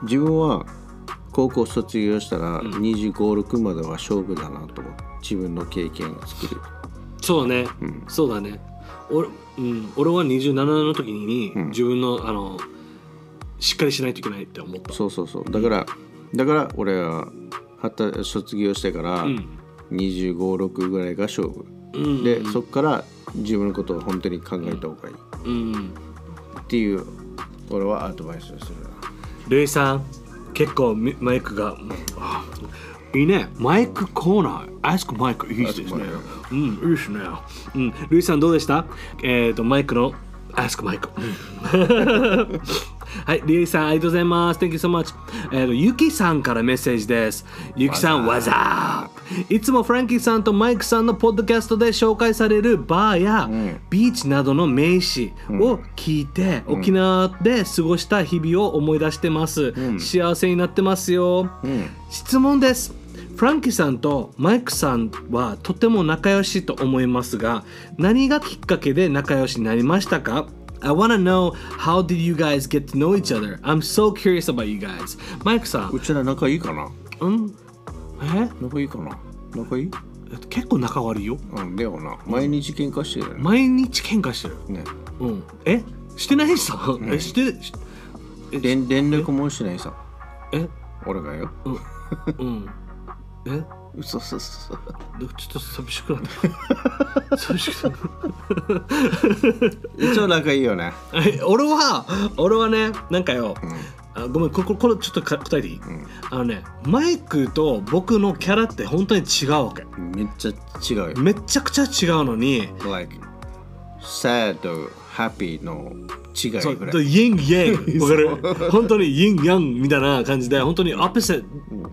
自分は高校卒業したら2 5 6までは勝負だなと思う自分の経験を作るそうね、そうだね俺,、うん、俺は27の時に自分の、あのしっかりしないといけないって思ったそうそうそうだからだから俺ははた卒業してから2 5 6ぐらいが勝負、でそこから自分のことを本当に考えた方がいい、うんっていう俺はアドバイスをするなルイさん結構みマイクがあいいねマイクコーナーアスクマイクいいですね Ask うんいいですねうんルイさんどうでしたえっ、とマイクの Ask Mike うん <laughs> はいリリーさんありがとうございます Thank you so much えーとゆきさんからメッセージですゆきさん What's up いつもフランキーさんとマイクさんのポッドキャストで紹介されるバーや、ビーチなどの名詞を聞いて、沖縄で過ごした日々を思い出してます、幸せになってますよ、質問ですフランキーさんとマイクさんはとても仲良しと思いますが何がきっかけで仲良しになりましたか I wanna know how did you guys get to know each other I'm so curious about you guys マイクさんうちら仲いいかなうんえ仲いいかな仲いい結構仲悪いようん、だよな。毎日喧嘩してるよね。毎日喧嘩してるねうんえしてないさ、えしてし連連絡もしないさ。え俺がよ。うんえ嘘そうそうそう。ちょっと寂しくな <laughs> った。寂しくなった。一応仲いいよね。え <laughs> 俺は俺はねなんかよ、あごめんこここれちょっとか答えていい、あのねマイクと僕のキャラって本当に違うわけめっちゃ違うよ。めちゃくちゃ違うのに like sad と happy の違そういぐらい。インヤンわかる本当にインヤンみたいな感じで本当にアップセ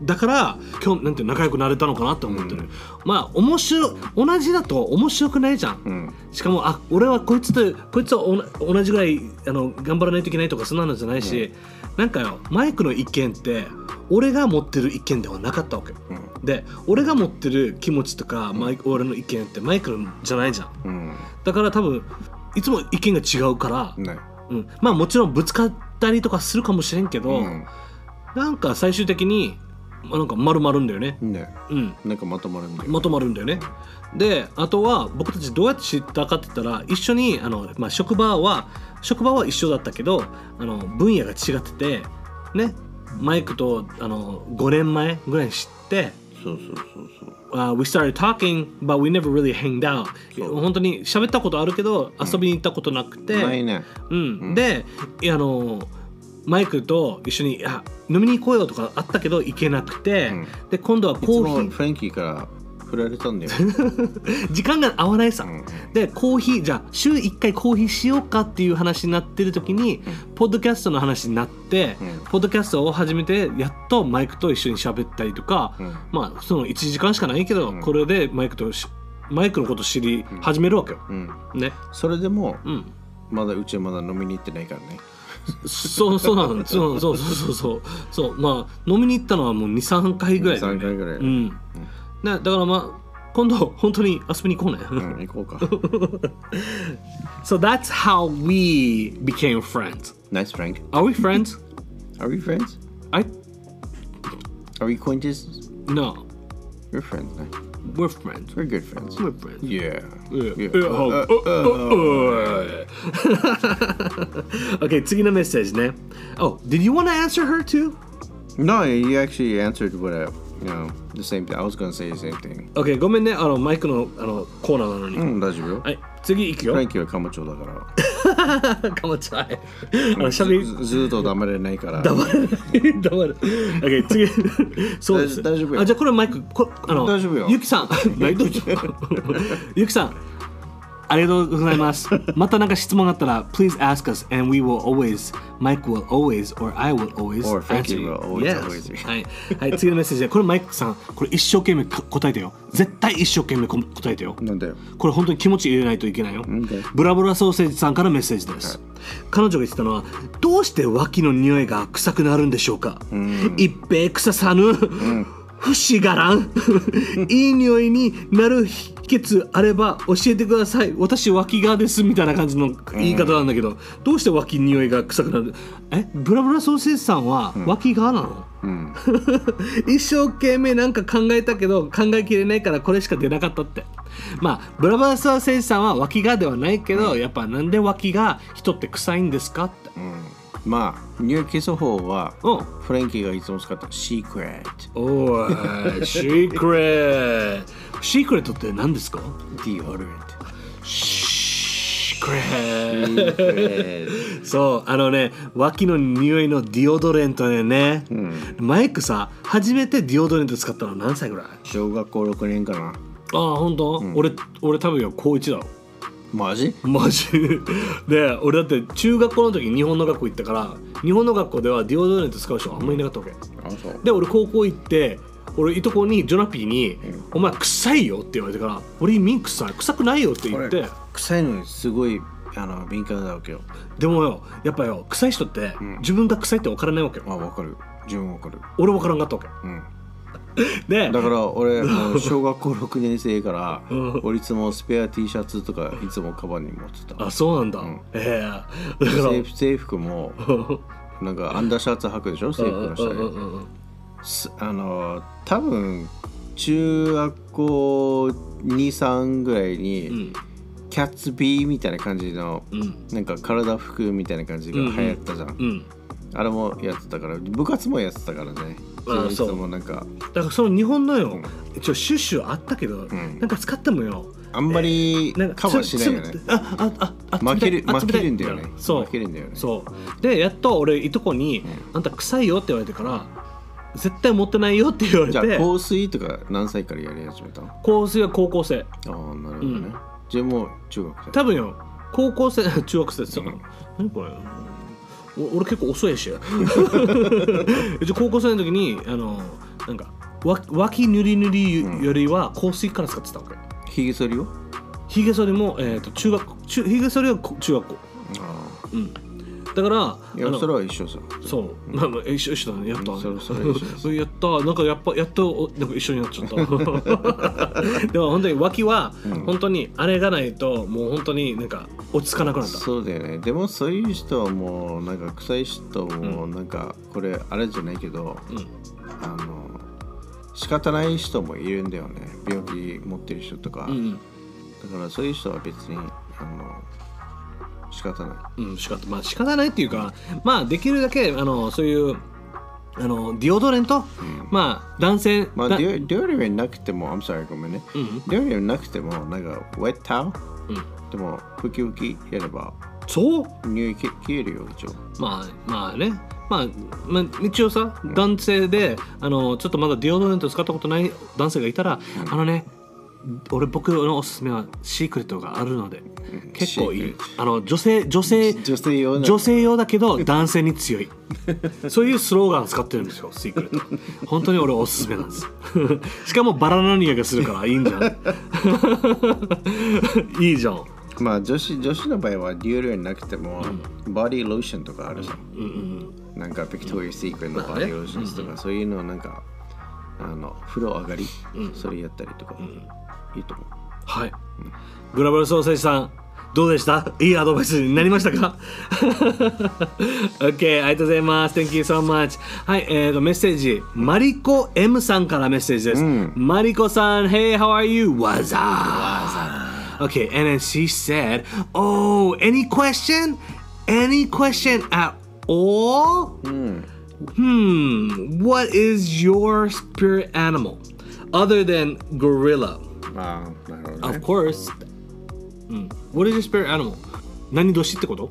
だから今日なんていうの仲良くなれたのかなって思ってる、まあ面白い同じだと面白くないじゃん、うん。しかもあ俺はこいつとこいつはおな同じぐらいあの頑張らないといけないとかそんなのじゃないし、なんかよマイクの意見って俺が持ってる意見ではなかったわけ、で俺が持ってる気持ちとか、マイク俺の意見ってマイクのじゃないじゃんうん。だから多分いつも意見が違うから、ね。うん、まあもちろんぶつかったりとかするかもしれんけど、うん。なんか最終的にまあなんか丸まるんだよねね。うんなんかまとまるんだよ。まとまるんだよね。であとは僕たちどうやって知ったかって言ったら一緒にあの、まあ、職場は職場は一緒だったけどあの分野が違っててねマイクとあの5年前ぐらいに知って。そうそうそうそう。 Uh, we started talking, but we never really hanged out. 本当に喋ったことあるけど遊びに行ったことなくて、ないね。うん、でいやあのマイクと一緒にあ飲みに行こうよとかあったけど行けなくて、んで今度はいつコーヒもーフランキーから振られたん <laughs> だよ。時間が合わないさ、んでコーヒーじゃあ週1回コーヒーしようかっていう話になってる時に、ポッドキャストの話になって、うんポッドキャストを始めてやっとマイクと一緒に喋ったりとか、うんまあその1時間しかないけど、んこれでマイクとしマイクのこと知り始めるわけよ、うん。ねそれでも、うんまだうちはまだ飲みに行ってないからね。そうそうな <laughs> のそうそうそうそうそうそうまあ飲みに行ったのはもう23回ぐらいだよ3ね回ぐらい。う。ん、ねだからまあ今度本当に遊びに行こうね、うん、行こうか。 <laughs> So that's how we became friends. nice, Frank. Are we friends? Are we friends? <laughs> I Are we acquaintances? no, We're friends now. we're friends. We're good friends. We're friends. Yeah. Yeah. Yeah. Uh, Yeah. Oh, oh, oh, oh. <laughs> okay, 次のメッセージね。Oh, did you want to answer her too? No, you actually answered what I, you know, the same thing. I was gonna say the same thing. Okay, ごめんね、あのマイクのあのコーナーなのに。うん、大丈夫よ。はい、次行くよ。フランキーはカマチョだから。 <laughs> かもしれない。あ <laughs> のしゃべりずずっと黙れないから。黙らない。黙る。OK、次。 <laughs> そうです。大丈夫よあ、じゃあこれマイク、こあの、 <laughs> 大丈夫よゆきさん。大丈 <laughs> 夫ゆきさん。ありがとうございます。またなんか質問があったら、Please ask us and we will always, Mike will always, or I will always Or Frankie answer you. will always, Yes. always. はい、はい、次のメッセージで、これマイクさん、これ一生懸命か答えてよ。絶対一生懸命こ答えてよ。なんだよ。これ本当に気持ち入れないといけないよ。ブラブラソーセージさんからメッセージです。彼女が言ってたのは、どうして脇の匂いが臭くなるんでしょうか一平臭さぬ、不死がら <laughs> んいい匂いになる秘訣あれば教えてください。私脇がですみたいな感じの言い方なんだけど、どうして脇匂いが臭くなるえブラブラソーセージさんは脇がなの、 <laughs> 一生懸命なんか考えたけど考えきれないからこれしか出なかったってまあブラバーサー選手さんは脇がではないけど、やっぱなんで脇が人って臭いんですかって、まあ、ニュー消す方は、うんフランキーがいつも使った secret。おいシークレッ <laughs> トシークレットって何ですか deodorant。 <laughs> シークレッ secret トそうあのね脇の匂いのディオドレントでね、マイクさ初めてディオドレント使ったの何歳ぐらい小学校6年かな。ああ本当、俺俺多分よ高一だろマジマジで俺だって中学校の時日本の学校行ったから日本の学校ではディオドレント使う人あんまりいなかったわけ、あそうで俺高校行って俺いとこにジョナピーに「お前臭いよ」って言われてから「俺意味臭い臭くないよ」って言って俺臭いのにすごいあの敏感だわけよでもよやっぱよ臭い人って自分が臭いって分からないわけよ、あわかる自分わかる俺分からんかったわうんけでだから俺もう小学校6年生からうん俺いつもスペア T シャツとかいつもカバンに持ってたあそうなんだ、うんええ制だ服制服もかなんかアンダーシャツ履くでしょ制ら服の下うんうんにうんうんすあの多分中学校23ぐらいにキャッツビーみたいな感じのうんなんか体服みたいな感じが流行ったじゃん、うんあれもやってたから部活もやってたからねああいつそうもなんかだからその日本のよ、うん一応シュッシュあったけど、んなんか使ってもよあんまりなんかカバーしないよねつつああああ負けるあ負けるんだよね冷たいそう負けるんだよねそうでやっと俺いとこに「あんた臭いよ」って言われてから「絶対持ってないよ」って言われじゃあて香水とか何歳からやり始めたのあ香水は高校生あなるほどね、うんじゃあもう中学生多分よ高校生 <laughs> 中学生って言ってたから、何これお俺結構遅いし <laughs> 一応高校生の時にあのなんかわ脇ぬりぬりよりは香水から使ってたわけ、ひげ剃りをヒゲ剃りも、えー、と中学中ヒゲ剃りはこ中学校あうんだからああいやのそれは一緒さそう、まあまあ一緒一緒だねやった、うん <laughs> それそれ一緒ですやったなんかやっぱやっとおなんか一緒になっ <laughs> ちゃったでも本当に脇は、本当にあれがないともう本当になんか落ち着かなくなったそうだよねでもそういう人はもうなんか臭い人もなんかこれあれじゃないけど、あの仕方ない人もいるんだよね病気持ってる人とか、うんだからそういう人は別にあの仕方ないうん、仕方まあ仕方ないっていうかまあできるだけあのそういうあのディオドレント、まあ男性、まあだ料料理はなくても I'm sorry ごめんね、ん料理はなくてもなんか wet towel、でもウキウキやればそう匂い消消えるよ一応まあまあね、まあ、まあ一応さ男性であのちょっとまだディオドレント使ったことない男性がいたら、あのね俺僕のおすすめはシークレットがあるので結構いシーいクレッあの女性女性女性用の女性用だけど男性に強 <laughs> いそういうスローガンを使ってるんですよシークレット本当に俺おすすめなんです <laughs> しかもバナナの匂いがするからいいんじ <laughs> ゃんいいじゃんまあ女子女子の場合はデュオルなくても、ボディローションとかあるじゃん。なんかビクトリア・シークレットのボディローションとか、そういうのなんかあの風呂上がり、それやったりとか、いいと思う。はい。グラバルソーセージさん、どうでした <laughs> いいアドバイスになりましたか <laughs> ?OK、ありがとうございます。Thank you so much. はい、えー、と、メッセージ、マリコ M さんからメッセージです。マリコさん、Hey, how are you? What's up? Okay, and then she said, Oh, any question? Any question at all? Hmm, what is your spirit animal other than gorilla? ああ、なるほど、ね Of。course. うん。What is your spirit animal? 何年ってこと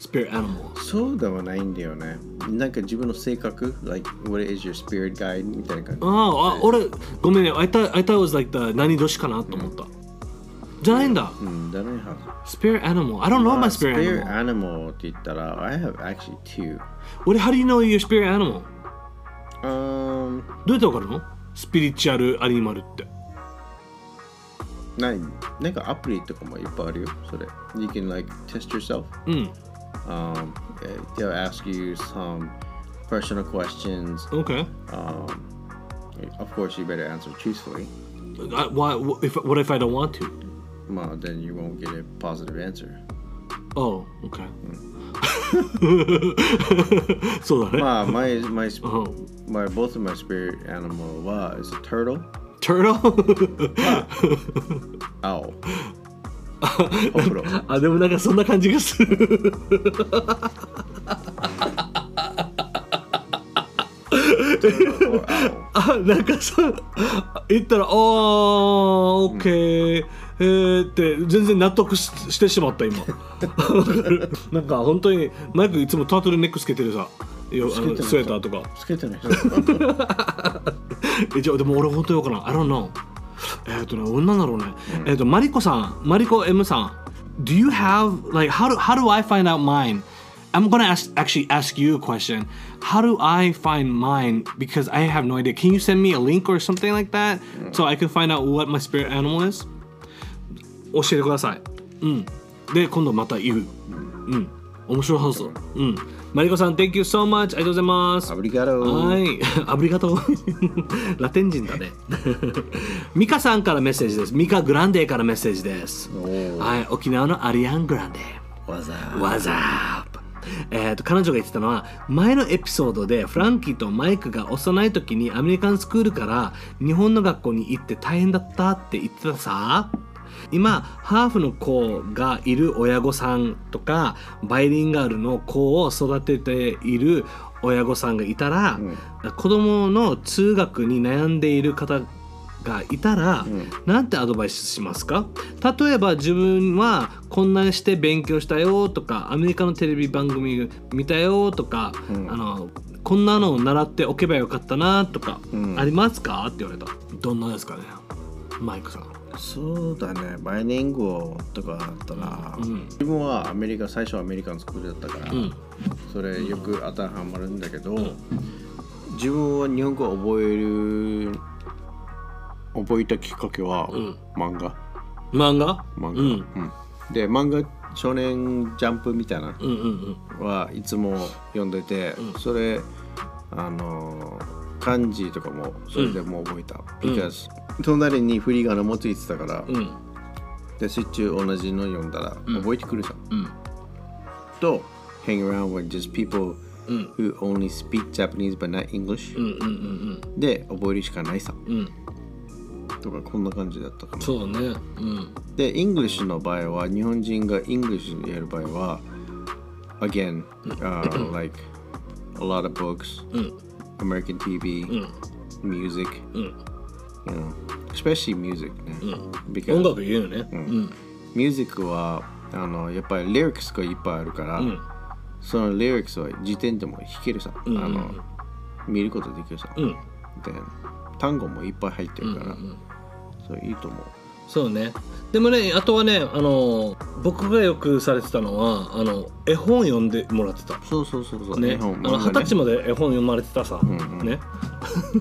?spirit animal. そうではないんだよね。なんか自分の性格、like, what is your spirit guide? みたいな感じ。ああ、俺、ごめんね。I thought, I thought it was like the 何年かなと思った。じゃないんだ。うん、だねはず。 spirit animal. I don't know my あ spirit spirit animal. animal って言ったら、I have actually two. What, how do you know your spirit animal? うーん、どうやってわかるのスピリチュアルアニマルって。ない。なんかアプリとかもいっぱいあるよ、それ。You can like test yourself. うん。 Um, uh, they'll ask you some personal questions. Okay. Um, of course, you better answer truthfully. I, why, what, if, what if I don't want to? Well, then you won't get a positive answer. Oh, okay. <laughs> そうだね。まあ、my my sp- うん my both of my spirit animal は is a turtle. Turtle? <laughs> 青。お風呂。あでもなんかそんな感じがする Turtle or あなんかさ言ったら「あーオッケー」えー、って全然納得ししてしまった <laughs> 今なんか本当にマイクいつもタートルネックつけてるさよあのスウェーターとか青。つけてない。 <laughs> えじゃあでも俺本当よくない I don't know えっ、とね女だろうね、えっ、とマリコさんマリコ M さん do you have like how do how do I find out mine? I'm gonna ask actually ask you a question. How do I find mine? Because I have no idea. Can you send me a link or something like that so I can find out what my spirit animal is? 教えてください。うん。で今度また言う。うん。面白いはず。うん。マリコさん、Thank you so much. ありがとうございます。アブリガドはい、 <laughs> ありがとう。ラテン人だね。 <laughs> ミカさんからメッセージです。ミカグランデからメッセージです。はい、沖縄のアリアングランデ。わざわざえー、と彼女が言ってたのは前のエピソードでフランキーとマイクが幼い時にアメリカンスクールから日本の学校に行って大変だったって言ってたさ今ハーフの子がいる親御さんとかバイリンガルの子を育てている親御さんがいたら、子供の通学に悩んでいる方がいたら、なんてアドバイスしますか例えば自分はこんなにして勉強したよとかアメリカのテレビ番組見たよとか、あのこんなのを習っておけばよかったなとか、ありますかって言われたどんなですかねマイクさんそうだねバイリンゴとかだったら、うん自分はアメリカ最初はアメリカンスクールだったから、うんそれよく当てはまるんだけど、自分は日本語を覚える覚えたきっかけは、漫画漫画漫画、うんうんうんで漫画少年ジャンプみたいなうんうんはいつも読んでて、それあの漢字とかもそれでもう覚えた、because 隣にフリーガナもついてたから、うんでし中同じの読んだら覚えてくるじゃん、と hang around with just people who only speak Japanese but not English、うんうんうんで覚えるしかないさ、んとかこんな感じだったかなそうねうんで、イングリッシュの場合は、日本人がイングリッシュやる場合は、again, <coughs> uh, like a lot of books, American TV, music, you know, especially music ね。音 Because 楽言うよね、 music は、あの、やっぱりリリックスがいっぱいあるから、そのリリックスは時点でも弾けるさ、あの、見ることできるさ。で、単語もいっぱい入ってるから、そういいと思う。そうねでもねあとはねあの僕がよくされてたのはあの絵本読んでもらってたそうそうそうそう。ね絵、あ本の二十歳まで絵本読まれてたさ、ね <laughs>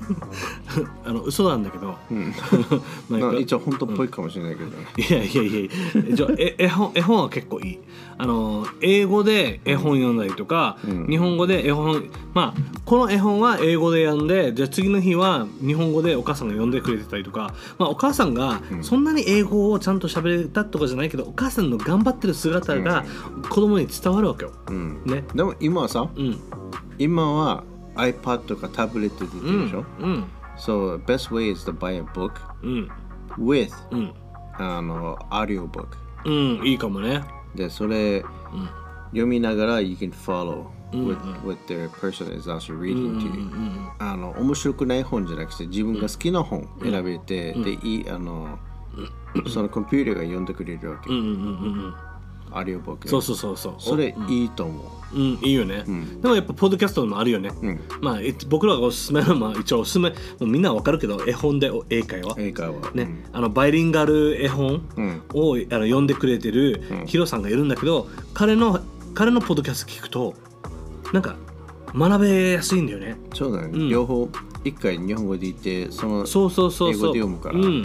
あの嘘なんだけど、 <laughs> なんかな一応本当っぽいかもしれないけどね。いやいやいやじゃあえ絵本絵 <laughs> 本は結構いいあの英語で絵本読んだりとか、日本語で絵本まあこの絵本は英語で読んでじゃあ次の日は日本語でお母さんが読んでくれてたりとか、まあ、お母さんがそんなに英語をちゃんと喋れたとかじゃないけどお母さんの頑張ってる姿が子供に伝わるわけよ、うんねでも今はさ、うん今は iPad とかタブレットで出てるでしょ、うんそう So best way is to buy a book うん with うんあの audio book うんいいかもねでそれ、読みながら you can follow with what the person is actually reading to you、あの面白くない本じゃなくて自分が好きな本選べて、でいいあの、そのコンピューターが読んでくれるわけ、うんうんうんうんアリオボックそうそうそうそうそれいいと思う、うんいいよね、でもやっぱポッドキャストもあるよね、まあい僕らがおすすめなのは一応おすすめもうみんなわかるけど絵本でお英会話英会話ね、あのバイリンガル絵本を、あの読んでくれてるヒロさんがいるんだけど彼の彼のポッドキャスト聞くとなんか学べやすいんだよねそうだね、両方一回日本語で言ってそのそうそうそうそう英語で読むからうん、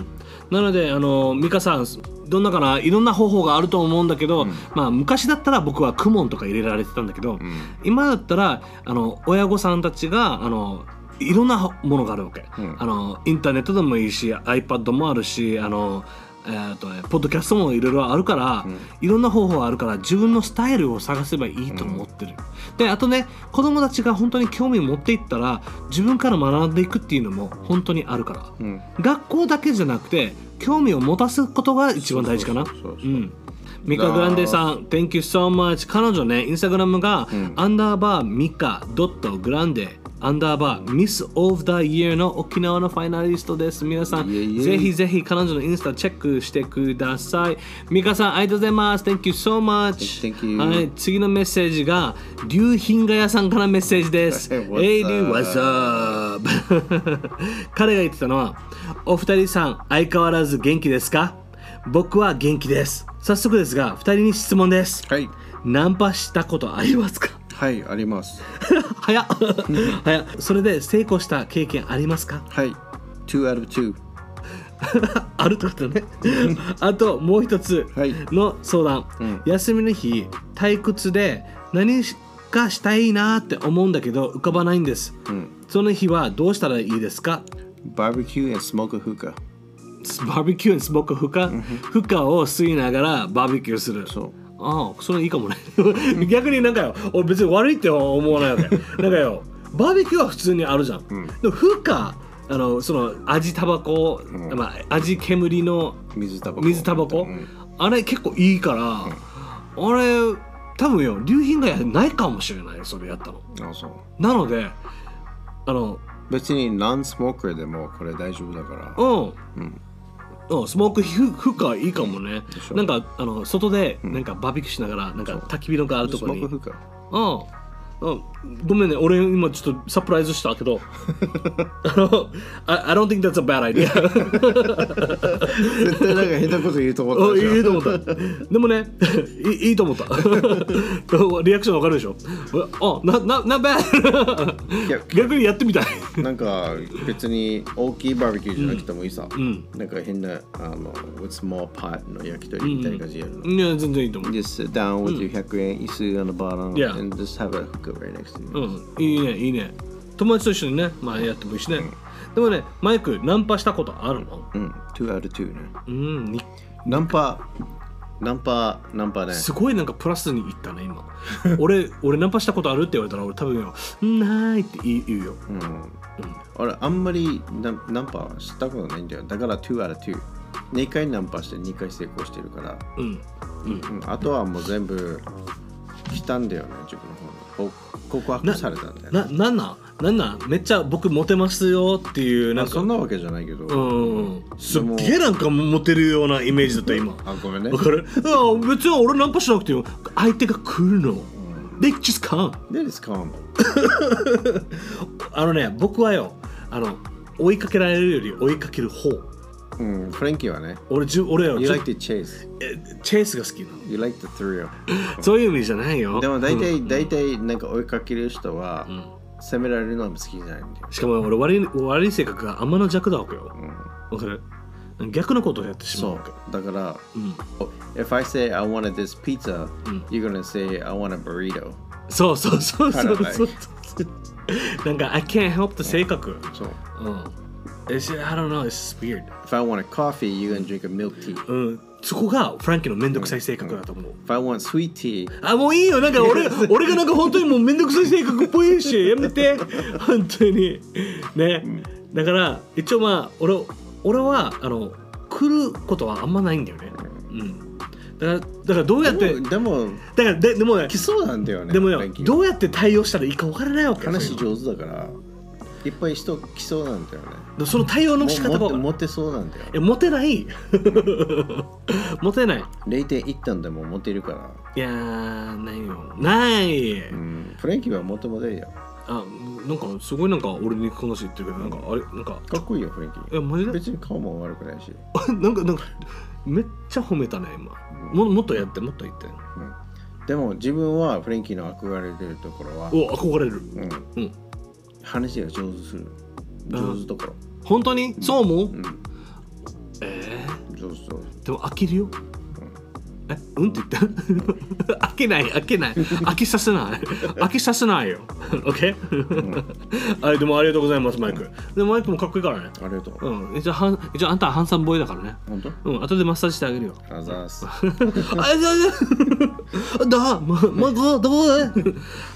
なのであの美香さんどんなかないろんな方法があると思うんだけど、まあ昔だったら僕はクモンとか入れられてたんだけど、今だったらあの親御さんたちがあのいろんなものがあるわけ、あのインターネットでもいいし iPad もあるしあのえーとねポッドキャストもいろいろあるから、いろんな方法あるから自分のスタイルを探せばいいと思ってる、であとね子供たちが本当に興味持っていったら自分から学んでいくっていうのも本当にあるから、学校だけじゃなくて興味を持たすことが一番大事かなそうそうそううそうんミカグランデさん、Thank you so much。彼女ね、インスタグラムが、アンダーバーミカドットグランデ、アンダーバーミスオブダイヤーの沖縄のファイナリストです。皆さん、いえいえぜひぜひ彼女のインスタチェックしてください。ミカさん、ありがとうございます。Thank you so much。 Thank you. はい、次のメッセージが、竜品が屋さんからメッセージです。 <laughs> What's up? エイリー、What's up? <laughs> 彼が言ってたのは、お二人さん、相変わらず元気ですか僕は元気です早速ですが2人に質問ですはいナンパしたことありますか <laughs> はいあります早っ <laughs> 早っそれで成功した経験ありますか <laughs> はい2 out of 2あるってことねあともう一つはいの相談、うん休みの日退屈で何かしたいなって思うんだけど浮かばないんです、うんその日はどうしたらいいですか Barbecue and smoke a hookah <laughs> バーベキューにスモークフカフカを吸いながらバーベキューするそうああそれいいかもね <laughs> 逆になんかよ俺別に悪いって思わないわ <laughs> けなんかよバーベキューは普通にあるじゃん、でもフカあのその味タバコ、まあ、味煙の水タバコ水タバコ、うんあれ結構いいから、あれ多分よ流品がないかもしれないよそれやったのあそうなのであの別にナンスモーカーでもこれ大丈夫だからうん、うんスモークフフカいいかもねでしょなんかあの外でなんかバーベキューしながらなんか焚き火のがあるとスこモろにークフッカーうんうんごめんね俺今ちょっとサプライズしたけど <laughs> あの I, I don't think that's a bad idea <laughs> 絶対なんか変なこと言うと思おったじゃんいいと思ったでもねいいいいと思った <laughs> リアクションわかるでしょあななな bad いや逆にやってみたいなんか別に大きいバーベキューじゃなくてもいいさ、んなんか変なあの with small pot の焼き鳥みたいな感じでやるの、いや全然いいと思う Just sit down with your 100円椅子 on the bottom Yeah. and just have a hookah right next to you、うんいいねいいね友達と一緒にねまあやってもいいしね、でもねマイクナンパしたことあるのうん、2 out of 2ねうんにナンパナンパナンパねすごいなんかプラスにいったね今 <laughs> 俺俺ナンパしたことあるって言われたら俺多分よないって言う言うようん俺あんまりナンナンパはしたことないんだよだから2 out of 2 2回ナンパして2回成功してるから、うんうんあとはもう全部来たんだよね自分の方にこ告白されたんだよねななんなんなんなんめっちゃ僕モテますよっていうなあんかそんなわけじゃないけど、うんすっもげえなんかモテるようなイメージだった今あごめんねわかるいや別に俺ナンパしなくても相手が来るの They just come That is calm あのね僕はよあの追いかけられるより追いかける方うんフレンキーはね俺じゅ俺よ You ちょ like to chase えチェイスが好きなの You like the thrill そういう意味じゃないよでも大体大体なんか追いかける人は責められるのは好きじゃないんだよしかも俺悪い悪い性格が天の弱だわけよわ、かる逆のことをやってしまうそわけうだから、Oh, If I say I wanted this pizza、You're gonna say I want a burrito そうそうそうそうはいそう <laughs> なんか I can't help the 性格そううん It's, I don't know, it's just weird If I want a coffee You're gonna drink a milk tea うんそこがフランキーのめんどくさい性格だと思う、 If I want sweet tea あもういいよなんか俺俺がなんか本当にもうめんどくさい性格っぽいしやめ <laughs> て本当にね、だから一応まあ俺俺はあの来ることはあんまないんだよねうんだからだからどうやってでだかもでもらででもね来そうなんだよねでもよフレンキーはどうやって対応したらいいか分からないわけよ話上手だからいっぱい人来そうなんだよねその対応の仕も方がうモテモテそうなんだよえモテない <laughs> モテない0.1点でもモテるからいやーないよない、うんフレンキーはモテモテよ。あなんかすごいなんか俺に話言ってるけどなんかあれなんかかっこいいよ、フレンキー。えマジ <laughs> で別に顔も悪くないし。 <laughs> なんかなんかめっちゃ褒めたね今ももっとやってもっと言ってでも自分はフレンキーの憧れてるところは、お憧れるうんうん話が上手する。上手ところ。本当にそう思う、うん、え上手上ーでも飽きるよえうんって言った <laughs> 飽きない飽きない飽きさせない飽きさせないよ <laughs> OK? はいでもありがとうございますマイクでマイクもかっこいいからね手。ありがとう。うん一応はん一応あんたはハンサムボーイだからね本当うん後でマッサージしてあげるよあざーす。あじゃあじゃあ <laughs> だままどどうだい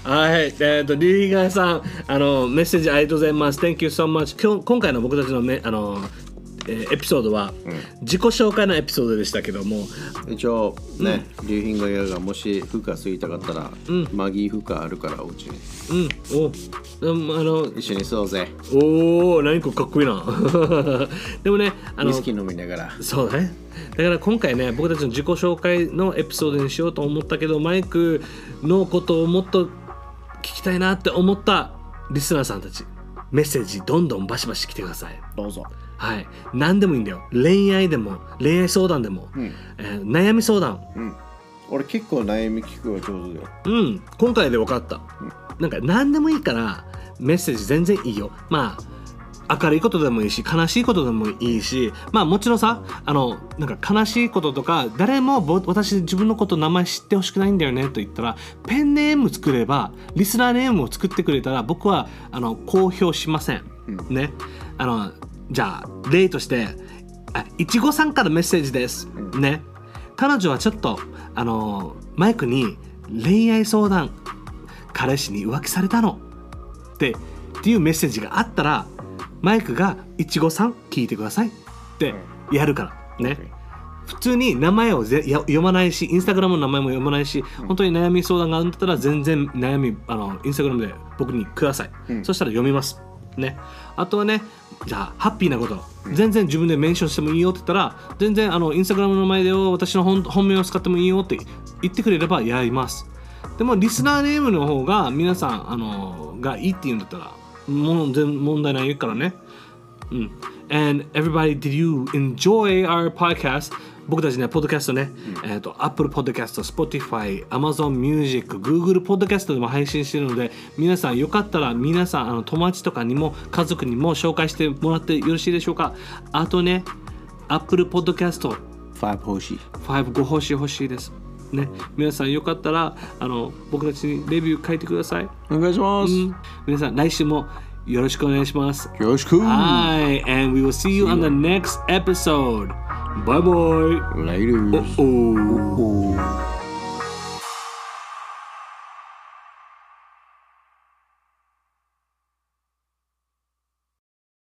はいえっ、ー、とリーガーさんあのメッセージありがとうございます Thank you so much 今日今回の僕たちのめあの、えーエピソードは、自己紹介のエピソードでしたけども一応、ね、流品が嫌がもし負荷吸いたかったら、マギー負荷あるから、おうちに。うんおうんあの一緒に吸おうぜ。おお何これかっこいいな <laughs> でもねあウのイスキー飲みながら。そうだねだから今回ね僕たちの自己紹介のエピソードにしようと思ったけどマイクのことをもっと聞きたいなって思ったリスナーさんたちメッセージどんどんバシバシ来てくださいどうぞ。はい、何でもいいんだよ恋愛でも恋愛相談でも、えー悩み相談うん。俺結構悩み聞くが上手だよ。うん今回で分かった、なんか何でもいいからメッセージ全然いいよまあ明るいことでもいいし悲しいことでもいいしまあもちろんさあのなんか悲しいこととか誰もぼ私自分のこと名前知ってほしくないんだよねと言ったらペンネーム作ればリスナーネームを作ってくれたら僕はあの公表しません、ねあのじゃあ例としてあいちごさんからメッセージです、ね彼女はちょっとあのマイクに恋愛相談彼氏に浮気されたのってっていうメッセージがあったらマイクが「いちごさん聞いてください」ってやるからね、普通に名前をぜや読まないしインスタグラムの名前も読まないし本当に悩み相談があるんだったら全然悩みあのインスタグラムで僕にください、そしたら読みますねあとはねじゃあハッピーなこと全然自分でメンションしてもいいよって言ったら全然あのインスタグラムの前でよ私の本本名を使ってもいいよって言ってくれればやりますでもリスナーネームの方が皆さんあのがいいって言うんだったらもう全然問題ないからね Mm. And everybody, did you enjoy our podcast? 僕たちね、ポッドキャストね、えっ、と、Apple Podcast、Spotify、Amazon Music、Google Podcast でも配信してるので、皆さんよかったら、皆さん、あの友達とかにも、家族にも紹介してもらってよろしいでしょうか。あとね、Apple Podcast、 Five 欲しい。 5ご星欲しいです。ね、皆さんよかったら、あの、僕たちにレビュー書いてください。お願いします。うん皆さん、来週もよろしくお願いします。よろしく。 Hi, and we will see you on the next episode. Bye bye. Later. Oh.